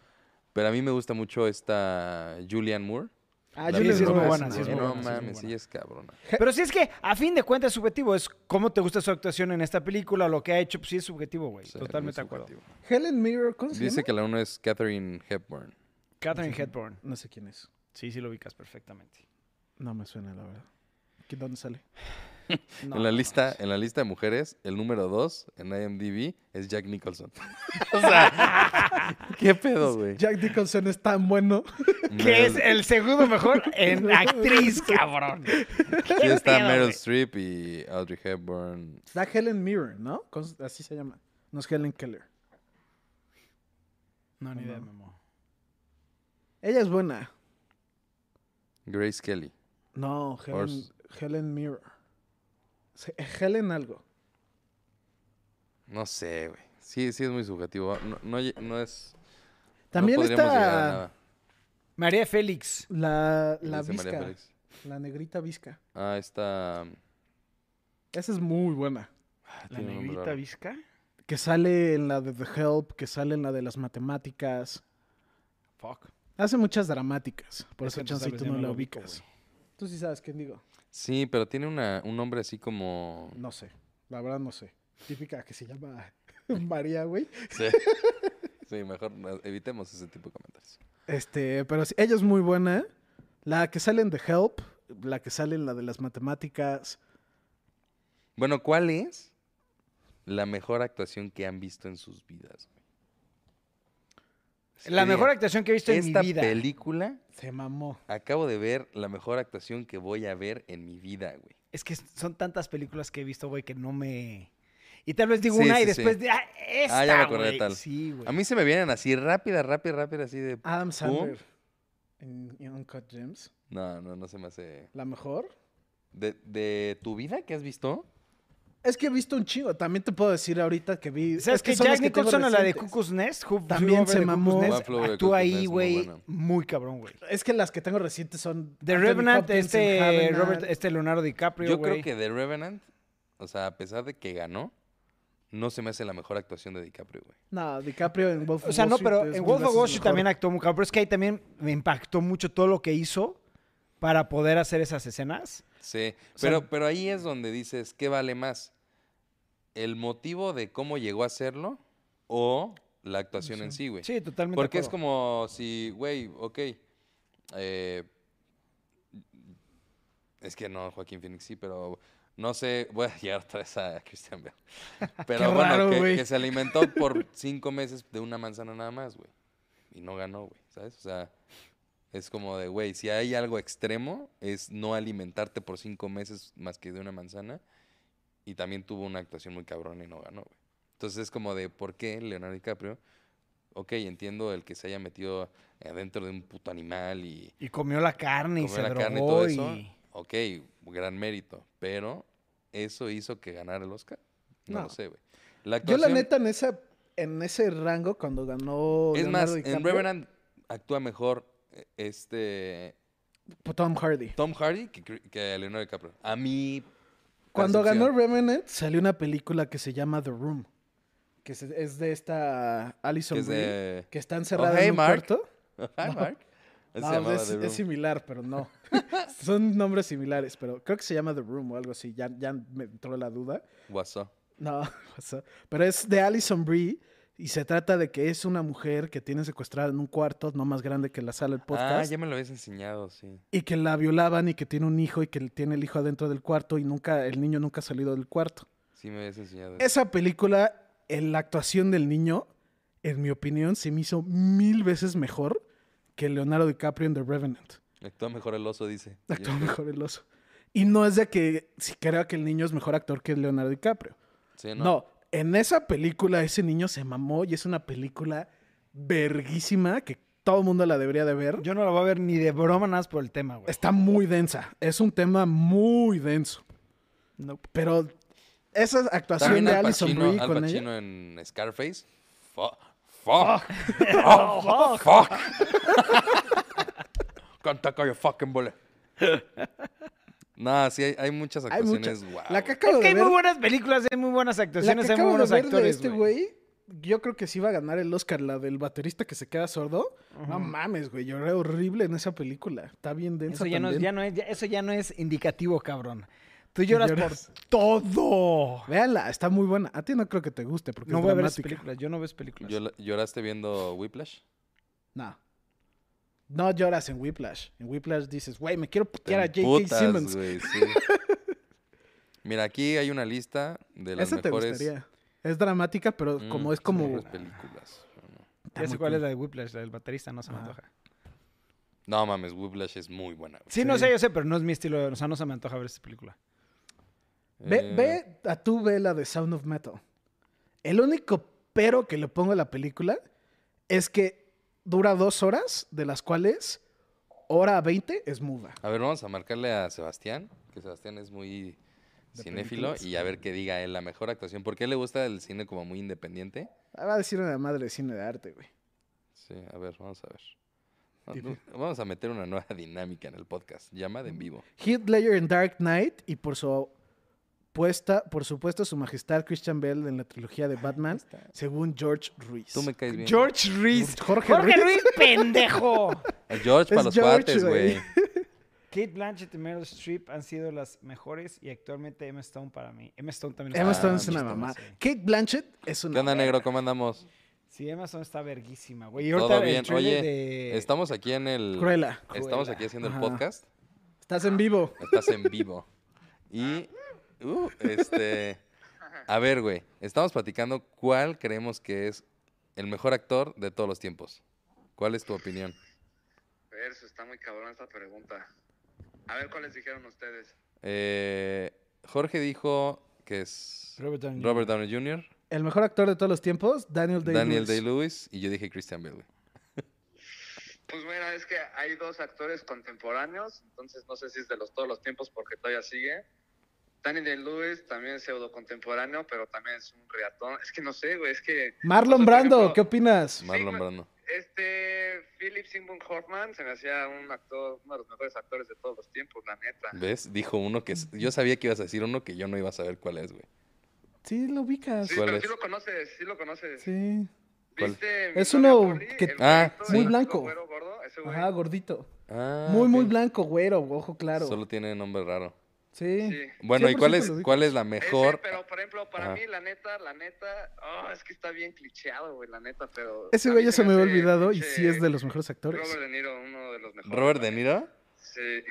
S3: Pero a mí me gusta mucho esta Julianne Moore.
S2: ah,
S3: La
S1: Julianne sí
S3: vi
S1: es
S3: en
S1: muy
S3: Roma,
S1: buena, sí es muy
S3: güey. No
S1: buena, sí es muy
S3: mames,
S1: buena.
S3: ella es cabrona.
S1: Pero sí es que, a fin de cuentas, es subjetivo. Es cómo te gusta su actuación en esta película, lo que ha hecho. Pues sí es subjetivo, güey.
S3: O sea,
S1: Totalmente de
S3: muy
S1: acuerdo.
S3: subjetivo.
S2: Helen Mirren. ¿Cómo se
S3: Dice
S2: llama?
S3: que la uno es Catherine Hepburn.
S1: Catherine Hepburn.
S2: No sé quién es.
S1: Sí, sí lo ubicas perfectamente.
S2: No me suena, la verdad. ¿Qué- ¿Dónde sale? No,
S3: en, la
S2: no
S3: lista, en la lista de mujeres, el número 2 en IMDb es Jack Nicholson. *laughs* o sea, ¿qué pedo, güey?
S2: mames. Jack Nicholson es tan bueno.
S1: Que
S3: Meryl-
S1: es el segundo mejor en actriz, cabrón.
S3: Sí está
S1: pedo,
S3: Meryl
S1: güey?
S3: Streep y Audrey Hepburn.
S2: Está Helen Mirren, ¿no? ¿Cómo se- Así se llama. No es Helen Keller.
S1: No, ni idea,
S2: No.
S1: Memo.
S2: Ella es buena.
S3: Grace Kelly.
S2: No, Helen,
S3: Ors-
S2: Helen Mirren. Se- Helen algo.
S3: No sé, güey. Sí, sí es muy subjetivo. No, no, lle- no es... no
S2: También
S3: podríamos llegar a
S2: está
S3: nada.
S1: María Félix.
S2: la, la
S3: dice María
S2: visca,
S3: Félix.
S2: la negrita visca.
S3: Ah, está...
S2: Esa es muy buena.
S3: ah,
S1: La
S3: tiene un nombre
S1: negrita
S3: raro.
S1: visca.
S2: Que sale en la de The Help, que sale en la de las matemáticas.
S1: Fuck.
S2: Hace muchas dramáticas. Por
S1: Es
S2: eso
S1: que
S2: chance y
S1: sabes,
S2: tú
S1: yo
S2: no la
S1: lo ubico,
S2: ubicas.
S1: güey.
S2: Tú sí sabes quién digo.
S3: Sí, pero tiene una, un nombre así como... *laughs*
S2: No sé. La verdad no sé. Típica que se llama *laughs* María, güey.
S3: Sí. Sí, mejor no- evitemos ese tipo de comentarios.
S2: Este, pero sí, ella es muy buena. La que sale en The Help, la que sale en la de las matemáticas.
S3: Bueno, ¿cuál es la mejor actuación que han visto en sus vidas? güey? Así
S1: La
S3: que
S1: mejor
S3: digan,
S1: actuación que he visto en mi
S3: Esta
S1: vida.
S3: película
S2: Se mamó.
S3: acabo de ver la mejor actuación que voy a ver en mi vida, güey.
S1: Es que son tantas películas que he visto, güey, que no me. Y tal vez digo
S3: Sí,
S1: una y
S3: sí, sí.
S1: después. de- ah, esta,
S3: Ah, ya me acordé de
S1: güey".
S3: tal.
S1: Sí, güey.
S3: A mí se me vienen así rápida, rápida, rápida, así de...
S2: Adam Sandler.
S3: Sandler.
S2: En en Uncut Gems.
S3: No, no, no se me hace...
S2: La mejor.
S3: ¿De, de tu vida que has visto?
S2: Es que he visto un chingo. También te puedo decir ahorita que vi.
S1: ¿Sabes
S2: es que
S1: que
S2: son
S1: Jack
S2: las que tengo
S1: Nicholson a la de
S2: recientes.
S1: Cuckoo's Nest? Who
S2: También
S1: Flew Over
S2: se
S1: the Cuckoo's
S2: mamó.
S1: Nest,
S3: One Flew Over the
S1: Actúa
S3: Cuckoo's
S1: ahí,
S3: Nest, muy
S1: güey.
S3: buena.
S1: Muy cabrón, güey.
S2: Es que las que tengo recientes son.
S1: The
S2: Anthony
S1: Revenant,
S2: Hopkins en
S1: este,
S2: Revenant.
S1: Robert, este Leonardo DiCaprio,
S3: Yo
S1: güey.
S3: creo que The Revenant, o sea, a pesar de que ganó, no se me hace la mejor actuación de DiCaprio, güey.
S2: No, DiCaprio en Wolf of
S1: O sea,
S2: Wall
S1: no,
S2: Street
S1: pero
S2: es
S1: en
S2: mil
S1: Wolf of
S2: veces
S1: Wall Street
S2: mejor.
S1: también actuó muy cabrón. Pero es que ahí también me impactó mucho todo lo que hizo para poder hacer esas escenas.
S3: Sí,
S1: sea,
S3: pero, pero ahí es donde dices, ¿qué vale más? ¿El motivo de cómo llegó a hacerlo o la actuación en sí, güey?
S1: Sí, totalmente.
S3: Porque es
S1: acuerdo.
S3: como si, güey, ok. eh, es que no, Joaquín Phoenix sí, pero no sé, voy a llegar otra vez a
S2: *laughs*
S3: Christian Bale. Pero bueno,
S2: raro,
S3: que,
S2: güey.
S3: que se alimentó por cinco meses de una manzana nada más, güey. Y no ganó, güey, ¿sabes? O sea, es como de, güey, si hay algo extremo, es no alimentarte por cinco meses más que de una manzana. Y también tuvo una actuación muy cabrón y no ganó, güey. Entonces es como de, ¿por qué Leonardo DiCaprio? Ok, entiendo el que se haya metido adentro de un puto animal y
S1: Y comió la carne y
S3: comer
S1: se
S3: la
S1: drogó
S3: carne y todo
S1: y...
S3: eso. Ok, gran mérito. Pero, ¿eso hizo que ganara el Oscar? No,
S2: No.
S3: lo sé, güey. La
S2: Yo, la
S3: actuación-
S2: neta, en, esa, en ese rango, cuando ganó.
S3: Es más,
S2: Leonardo
S3: en
S2: DiCaprio,
S3: Revenant actúa mejor eh, este
S2: Tom Hardy.
S3: Tom Hardy que, Cri- que Leonardo DiCaprio. A mí.
S2: Cuando ganó Revenant, salió una película que se llama The Room. Que se- es de esta Alison
S3: Que es
S2: Brie,
S3: de-
S2: que está encerrada
S3: Oh, hey,
S2: en un
S3: Mark.
S2: cuarto.
S3: *laughs* Hi, Mark. Así se
S2: No,
S3: llamaba
S2: es,
S3: The
S2: es
S3: Room.
S2: similar, pero
S3: *laughs*
S2: no. Son nombres similares, pero creo que se llama The Room o algo así. Ya, ya me entró la duda.
S3: What's up?
S2: No, *laughs* pasó. pero es de Alison Brie y se trata de que es una mujer que tiene secuestrada en un cuarto, no más grande que la sala del
S3: Ah,
S2: podcast,
S3: ya me lo habías enseñado, sí.
S2: y que la violaban y que tiene un hijo y que tiene el hijo adentro del cuarto y nunca el niño nunca ha salido del cuarto.
S3: Sí me habías enseñado. eso.
S2: Esa película, en la actuación del niño, en mi opinión, se me hizo mil veces mejor que Leonardo DiCaprio en The Revenant.
S3: Actúa mejor el oso, dice. Y
S2: Actuó
S3: el-
S2: mejor el oso. Y no es de que si creo que el niño es mejor actor que Leonardo DiCaprio.
S3: Sí,
S2: No.
S3: no.
S2: en esa película ese niño se mamó y es una película verguísima que todo el mundo la debería de ver.
S1: Yo no la voy a ver ni de broma nada más por el tema, güey.
S2: Está muy densa, es un tema muy denso.
S1: Nope.
S2: Pero esa actuación
S3: También
S2: de
S3: Al
S2: Alison
S3: Pacino,
S2: Brie
S3: Al
S2: con ella.
S3: Pacino en Scarface. Fuck. Fuck.
S1: Ojo.
S3: Fuck. *laughs* Can't tackle your fucking bullet. Nah, sí, hay, hay muchas
S2: Hay mucha-
S3: actuaciones. Wow.
S2: La que acabo
S1: Es que
S2: de
S1: hay
S2: ver
S1: muy buenas películas, hay muy buenas
S2: La que
S1: actuaciones, hay muy
S2: acabo de
S1: buenos
S2: ver de
S1: actores,
S2: este güey, yo creo que sí iba a ganar el Oscar, la del baterista que se queda sordo. No mames, güey, lloré horrible en esa película. Está bien densa
S1: Eso ya no, es, ya
S2: también.
S1: no es, ya- eso ya no es indicativo, cabrón. Tú lloras,
S2: Lloras.
S1: por todo.
S2: Véanla, está muy buena. A ti no creo que te guste porque
S1: No
S2: es
S1: voy a ver esas
S2: dramática.
S1: películas, yo no veo esas películas.
S3: Llola- ¿Lloraste viendo Whiplash?
S2: No. No lloras en Whiplash. En Whiplash dices, güey, me quiero
S3: Te
S2: putear a J.K.
S3: emputas,
S2: Simmons. *laughs*
S3: güey, sí. Mira, aquí hay una lista de las
S2: Esa te
S3: mejores.
S2: gustaría. Es dramática, pero
S3: Mm,
S1: pues
S2: como es
S3: las
S2: como...
S3: mejores películas.
S2: Está
S1: ya
S2: muy
S1: sé cuál
S2: cool.
S1: es la de Whiplash, la del baterista, no se me
S2: Ajá.
S1: antoja.
S3: No mames, Whiplash es muy buena. güey.
S1: Sí, no
S2: Sí.
S1: sé, yo sé, pero no es mi estilo, o sea, no se me antoja ver esa película.
S2: Ve,
S3: Eh,
S2: ve a tú ve la de Sound of Metal. El único pero que le pongo a la película es que dura dos horas, de las cuales hora 20 es muda.
S3: A ver, vamos a marcarle a Sebastián, que Sebastián es muy
S2: De
S3: cinéfilo,
S2: películas.
S3: y a ver qué diga él, la mejor actuación. Porque a él le gusta el cine como muy independiente.
S2: Ah, Va a decir una madre de cine de arte, güey.
S3: Sí, a ver, vamos a ver. No,
S2: Dime.
S3: no, Vamos a meter una nueva dinámica en el podcast, llamada en vivo.
S2: Heath Ledger en Dark Knight y por su puesta, por supuesto, su majestad Christian Bale en la trilogía de Batman, según George Ruiz.
S3: Tú me caes bien.
S1: George Reese.
S2: Jorge
S1: Jorge
S2: Ruiz.
S1: Ruiz, pendejo.
S3: A George para
S2: Es
S3: los
S2: George,
S3: cuates,
S2: güey.
S3: güey.
S1: *laughs* Kate Blanchett y Meryl Streep han sido las mejores y actualmente Emma Stone para mí. Emma Stone también
S2: Emma
S3: Ah,
S2: Stone
S3: Stone
S2: es una
S3: Stone,
S2: mamá.
S1: sí.
S2: Kate Blanchett es *laughs*
S3: ¿Qué
S2: una.
S3: onda, negro? ¿Cómo andamos?
S1: Sí, Amazon está verguísima, güey. Y
S3: Todo
S1: ahorita el
S3: bien.
S1: trailer
S3: Oye,
S1: de...
S3: Estamos aquí en el.
S2: Cruella.
S3: Estamos
S1: Cruella.
S3: aquí haciendo el
S2: Eh, Ajá.
S3: podcast.
S2: Estás en vivo.
S3: Estás en vivo. Y. uh, este. A ver, güey. Estamos platicando cuál creemos que es el mejor actor de todos los tiempos. ¿Cuál es tu opinión?
S4: Verso, está muy cabrón esta pregunta. A ver cuáles dijeron ustedes.
S3: Eh, Jorge dijo que es.
S1: Robert Downey Jr.
S3: Robert Downey Jr.,
S2: El mejor actor de todos los tiempos, Daniel Day-Lewis.
S3: Daniel Day-Lewis y yo dije Christian Bale. güey.
S4: Pues mira, es que hay dos actores contemporáneos, entonces no sé si es de los todos los tiempos porque todavía sigue. Danny Day-Lewis también es pseudo contemporáneo, pero también es un reatón. Es que no sé, güey, es que...
S2: Marlon
S4: O sea, por
S2: Brando,
S4: ejemplo,
S2: ¿qué opinas?
S3: Marlon
S4: ma-
S3: Brando.
S4: Este, Philip Seymour Hoffman se me hacía un actor, uno de los mejores actores de todos los tiempos, la neta.
S3: ¿Ves? Dijo uno que. es- Yo sabía que ibas a decir uno que yo no iba a saber cuál es, güey.
S2: Sí, lo ubicas.
S4: Sí,
S3: ¿Cuál
S4: pero
S3: es?
S4: sí lo conoces, sí lo conoces.
S2: Sí.
S3: ¿Cuál?
S4: ¿Viste Mi
S2: Es
S4: novia
S2: uno
S4: Polly?
S2: que-
S4: El
S3: Ah,
S4: güerito,
S3: sí.
S4: el
S3: muy
S2: blanco.
S4: güero gordo, ese güey.
S2: Ajá, gordito.
S3: Ah,
S2: muy, muy
S3: ok.
S2: blanco, güero, ojo claro.
S3: Solo tiene nombre raro.
S2: Sí.
S4: Sí.
S3: Bueno, ¿y cuál
S2: 100%
S3: es,
S2: lo digo.
S3: cuál es la
S4: Ese,
S3: mejor? ah,
S4: pero por ejemplo, para
S3: Ajá.
S4: mí, la neta, la neta, oh, es que está bien clicheado, güey, la neta, pero.
S2: Ese
S4: a
S2: güey
S4: mí
S2: ya se me había
S4: hace
S2: olvidado y
S4: pinche
S2: sí es de los mejores actores.
S4: Robert De Niro, uno de los mejores.
S3: ¿Robert De
S4: güey.
S3: Niro?
S4: Sí.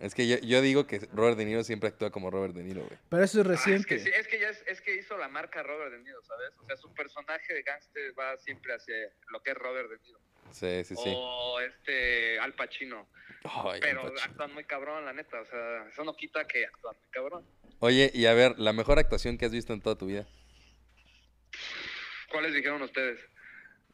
S3: Es que yo, yo digo que Robert De Niro siempre actúa como Robert De Niro, güey.
S2: Pero eso es
S4: Ah, es que,
S2: reciente.
S4: sí, es que ya es, es que hizo la marca Robert De Niro, ¿sabes? O sea, su personaje de gángster va siempre hacia lo que es Robert De Niro.
S3: Sí, sí, sí.
S4: O este Al Pacino.
S3: Ay,
S4: Oh, pero
S3: Pachi.
S4: actúan muy cabrón, la neta. O sea, eso no quita que actúan muy cabrón.
S3: Oye, y a ver, la mejor actuación que has visto en toda tu vida.
S4: ¿Cuáles dijeron ustedes?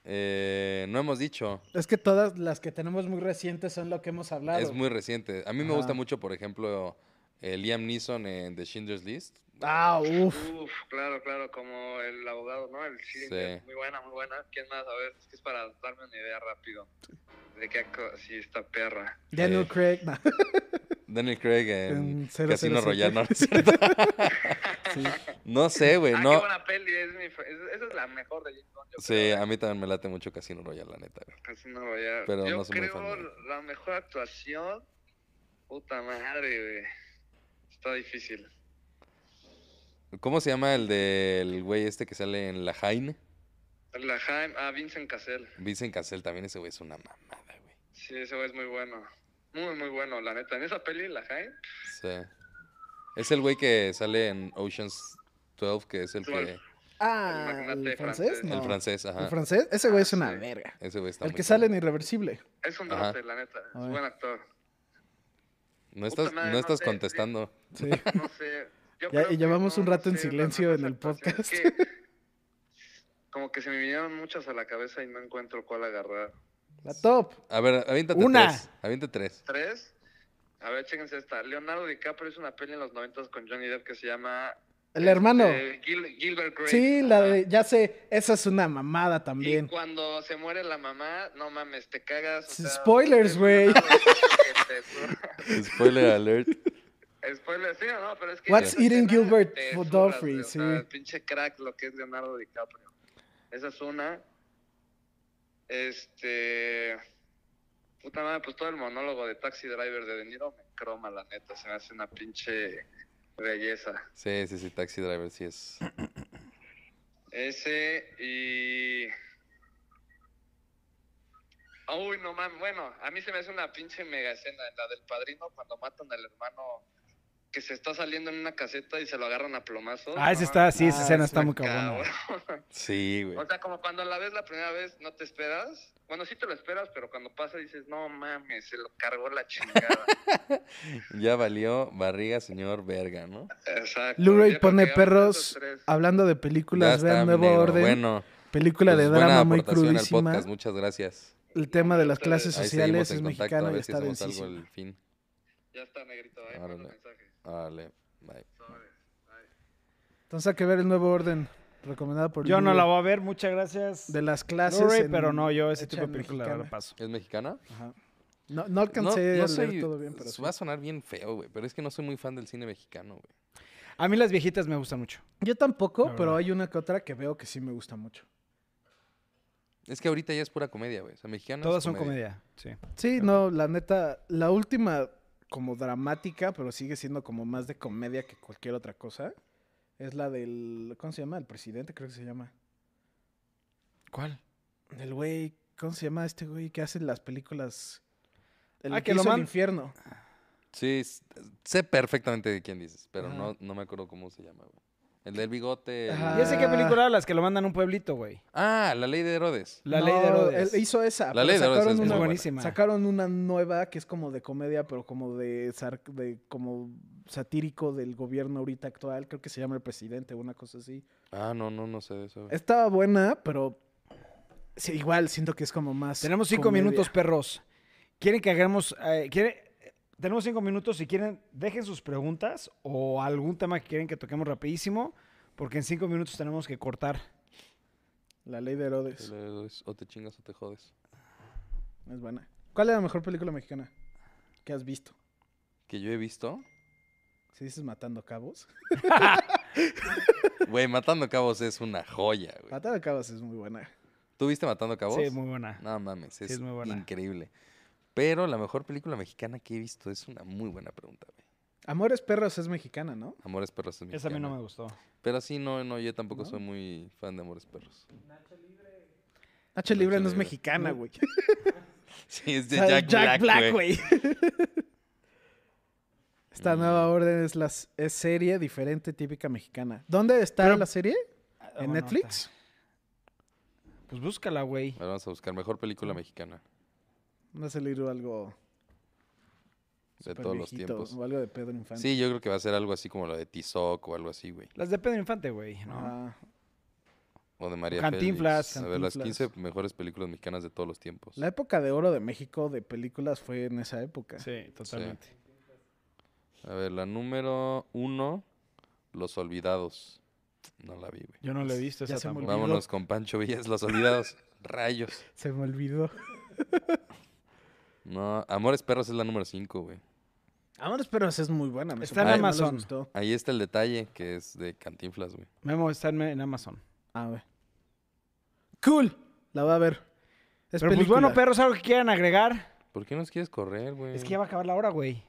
S3: Eh, no hemos dicho.
S2: Es que todas las que tenemos muy recientes son lo que hemos hablado.
S3: Es muy reciente. A mí me gusta
S2: Ajá.
S3: mucho, por ejemplo, eh, Liam Neeson en The Schindler's List.
S2: Ah, uff.
S4: Uf, claro, claro, como el abogado, ¿no? El Schillinger.
S3: Sí.
S4: Muy buena, muy buena. ¿Quién más? A ver, es que es para darme una idea rápido. De qué acto- sí, esta perra.
S2: Daniel
S3: Sí.
S2: Craig. nah.
S3: Daniel Craig Eh, en
S2: En 007.
S3: Casino Royale. No, no es *laughs* cierto.
S2: *laughs* Sí.
S3: No sé, güey.
S4: ah, qué
S3: No.
S4: buena ¿eh? peli. Es mi, fa- es- esa es la mejor de James Bond, yo
S3: Sí,
S4: creo.
S3: a mí también me late mucho Casino Royale, la neta. güey.
S4: Casino Royale.
S3: pero
S4: yo
S3: no soy muy fan
S4: creo
S3: de él.
S4: la mejor actuación. Puta madre, güey. Está difícil.
S3: ¿Cómo se llama el del güey este que sale en La Jaime?
S4: La Jaime, ah, Vincent Cassell.
S3: Vincent Cassel también ese güey es una mamada, güey.
S4: Sí, ese güey es muy bueno. Muy, muy bueno, la neta. En esa peli, la Jaime.
S3: Sí. Es el güey que sale en Oceans 12, que es el que.
S4: Twelve.
S2: Ah,
S4: El magnate
S2: el francés,
S4: francés.
S2: no.
S3: El francés, ajá.
S2: El francés, ese güey es una verga.
S3: Ese güey está
S2: El
S3: muy
S2: que sale en
S3: cabrón.
S2: Irreversible.
S4: Es un
S3: Ajá.
S4: dote, la neta. Es
S2: Ay.
S4: buen actor.
S3: No estás,
S4: Puta madre,
S3: no
S4: no
S3: estás
S4: sé,
S3: contestando.
S4: *laughs*
S2: Sí.
S4: No sé. yo
S2: Ya-
S4: creo
S2: y
S4: que
S2: llevamos un rato en
S4: sé, la
S2: silencio en
S4: mejor
S2: el
S4: actuación. Es
S2: podcast.
S4: que como que se me vinieron muchas a la cabeza y no encuentro cuál agarrar.
S2: La top.
S3: A ver, aviéntate
S2: Una.
S3: tres.
S2: *laughs*
S3: Aviéntate tres.
S4: Tres. A ver, chéquense esta. Leonardo DiCaprio hizo una peli en los noventas con Johnny Depp que se llama...
S2: El hermano.
S4: este, Gil- Gilbert Grape.
S2: Sí, la
S4: Ajá.
S2: de, ya sé, esa es una mamada
S4: Y
S2: también.
S4: cuando se muere la mamá, no mames, te cagas. o sea,
S2: Spoilers,
S4: es *laughs*
S2: güey.
S4: Leonardo DiCaprio, te juro.
S3: Spoiler alert.
S4: Spoilers, sí o no, pero es que.
S2: What's
S4: esa
S2: eating
S4: escena
S2: Gilbert
S4: te
S2: for
S4: zurras,
S2: Godfrey?
S4: güey, o
S2: Sí.
S4: sea, pinche crack lo que es Leonardo DiCaprio. Esa es una. Este. Puta madre, pues todo el monólogo de Taxi Driver de De Niro me croma, la neta. Se me hace una pinche belleza.
S3: Sí, sí, sí, Taxi Driver, sí es.
S4: Ese y. Uy, no mames. Bueno, a mí se me hace una pinche mega escena, la del padrino, cuando matan al hermano que se está saliendo en una caseta y se lo agarran a plomazos.
S1: Ah,
S4: No
S1: ese está, sí, esa
S2: Ah,
S1: escena
S2: es
S1: está
S4: mames,
S1: muy cabrona.
S4: cabrón.
S3: Sí, güey.
S4: O sea, como cuando la ves la primera vez, no te esperas. Bueno, sí te lo esperas, pero cuando pasa dices, no mames, se lo cargó la chingada.
S3: Ya valió barriga, señor verga, ¿no?
S4: Exacto.
S2: Luray
S4: Yo creo
S2: pone
S4: que vamos a
S2: perros.
S4: esos tres.
S2: Hablando de
S3: Ya
S2: películas, vean
S3: está,
S2: Nuevo
S3: negro.
S2: Orden.
S3: Bueno,
S2: película
S3: pues,
S2: de
S3: buena
S2: drama muy
S3: aportación al
S2: crudísima.
S3: podcast, Muchas gracias.
S2: El tema de las clases
S4: Ahí
S3: Ahí
S2: sociales
S3: seguimos en
S2: es
S3: contacto
S2: mexicano
S3: a
S2: y
S3: ver si
S2: está
S3: hacemos algo
S2: densísimo.
S3: al fin.
S4: Ya está, negrito. Ahí
S3: Órale.
S4: manda mensaje.
S3: Vale, bye.
S4: Sobre. Bye.
S2: Entonces hay que ver el Nuevo Orden, recomendado por
S1: Yo no
S2: Lugo.
S1: la voy a ver, muchas gracias.
S2: De las clases.
S1: Blu-ray,
S2: en-
S1: pero no, yo ese
S2: hecha
S1: tipo de
S2: en
S1: película
S2: mexicana.
S1: la paso.
S3: ¿Es mexicana?
S2: Ajá. No, no alcancé a leer
S3: soy-
S2: todo bien, pero sí.
S3: Va a sonar bien feo, güey. Pero es que no soy muy fan del cine mexicano, güey.
S1: A mí las viejitas me gustan mucho.
S2: Yo tampoco,
S1: La
S2: pero
S1: verdad.
S2: hay una que otra que veo que sí me gusta mucho.
S3: Es que ahorita ya es pura comedia, güey. O sea, mexicana
S1: Todas son comedia. Sí.
S2: Sí, no, la neta, la última como dramática, pero sigue siendo como más de comedia que cualquier otra cosa. Es la del, ¿cómo se llama? El presidente, creo que se llama.
S1: ¿Cuál?
S2: El güey, ¿cómo se llama este güey que hace las películas? El
S1: Ah,
S2: que
S1: que lo
S2: hizo el
S1: man-
S2: infierno.
S3: Sí, s- sé perfectamente de quién dices, pero
S2: Ajá.
S3: no, no me acuerdo cómo se llama, güey. El del bigote. el-
S2: Ajá.
S1: Ya sé qué
S2: Ah.
S1: película hablas, que lo mandan a un pueblito, güey.
S3: Ah, la ley de Herodes.
S1: La ley de
S2: No,
S1: Herodes.
S2: él hizo esa.
S3: La
S2: pero
S3: ley de Herodes
S2: sacaron
S3: es muy
S1: es
S2: una-
S3: buena.
S1: buenísima.
S2: Sacaron una nueva que es como de comedia, pero como de, sar- de como satírico del gobierno ahorita actual. Creo que se llama El Presidente, una cosa así.
S3: Ah, no, no, no sé de eso. güey.
S2: Estaba buena, pero sí, igual siento que es como más.
S1: Tenemos cinco
S2: comedia.
S1: minutos, perros. ¿Quieren que hagamos... eh, quiere- Tenemos cinco minutos. Si quieren, dejen sus preguntas o algún tema que quieren que toquemos rapidísimo, porque en cinco minutos tenemos que cortar.
S2: La ley de Herodes.
S3: La ley de Herodes, O te chingas o te jodes.
S2: Es buena. ¿Cuál es la mejor película mexicana que has visto?
S3: Que yo he visto.
S2: Si dices Matando Cabos.
S3: Güey, Matando Cabos es una joya, güey.
S2: Matando Cabos es muy buena.
S3: ¿Tú viste Matando Cabos?
S1: Sí, muy buena.
S3: No mames, es,
S1: es muy buena.
S3: increíble. Pero la mejor película mexicana que he visto es una muy buena pregunta, güey.
S2: Amores Perros es mexicana, ¿no?
S3: Amores Perros es
S1: Esa a mí no me
S3: mexicana.
S1: gustó.
S3: Pero sí, no, no, yo tampoco
S2: ¿No?
S3: soy muy fan de Amores Perros. *laughs*
S2: H Libre no es
S3: Libre.
S2: mexicana,
S3: No.
S2: güey.
S3: Sí, es de
S2: O sea,
S3: Jack, Black, güey.
S2: Esta
S3: Mm.
S2: nueva orden es, las, es serie diferente, típica mexicana. ¿Dónde está
S1: Pero-
S2: la serie?
S1: Ah,
S2: ¿En
S1: bueno,
S2: Netflix?
S1: está. Pues búscala, güey.
S3: A ver, vamos a buscar mejor película mexicana
S2: Va a salir algo
S3: de
S2: súper
S3: todos los
S2: viejito,
S3: tiempos.
S2: O algo de Pedro Infante.
S3: Sí, yo creo que va a ser algo así como la de Tizoc o algo así, güey.
S1: Las de Pedro Infante, güey. ¿no?
S2: Ah,
S3: O de María
S1: Cantinflas,
S3: Félix. A ver, las
S2: Cantinflas.
S3: 15 mejores películas mexicanas de todos los tiempos.
S2: la época de oro de México de películas fue en esa época.
S1: Sí, totalmente.
S3: A ver, la número uno, Los Olvidados. No la vi, güey.
S1: Yo no la he visto
S2: Ya
S1: esa
S2: se me
S1: tampoco.
S2: olvidó.
S3: Vámonos con Pancho Villas, Los Olvidados. Rayos.
S2: Se me olvidó.
S3: No, Amores Perros es la número 5, güey.
S2: Amores Perros es muy buena. me
S1: Está en
S2: sorprendió, no les
S1: Amazon.
S2: gustó.
S3: Ahí está el detalle que es de Cantinflas, güey.
S1: Memo está en- en Amazon.
S2: A ver. Cool. Ah, La voy a ver. Es
S1: Pero pues
S2: película.
S1: bueno, perros, algo que quieran agregar.
S3: ¿Por qué nos quieres correr, güey?
S1: Es que ya va a acabar la hora, güey.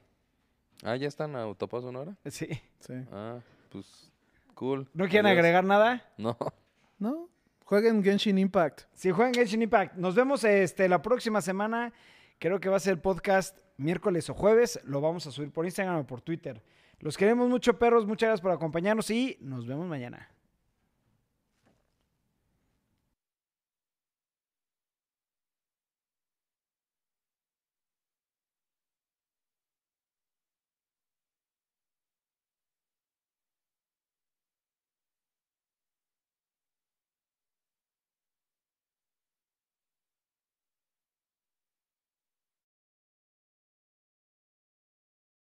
S3: Ah, ¿ya están a Autopaso una hora?
S1: Sí.
S2: Sí.
S3: Ah, pues, cool.
S1: ¿No quieren
S3: Adiós.
S1: agregar nada?
S3: No.
S2: No. Jueguen Genshin Impact.
S1: Si juegan Genshin Impact, nos vemos este, la próxima semana. Creo que va a ser podcast miércoles o jueves. Lo vamos a subir por Instagram o por Twitter. Los queremos mucho, perros. Muchas gracias por acompañarnos y nos vemos mañana.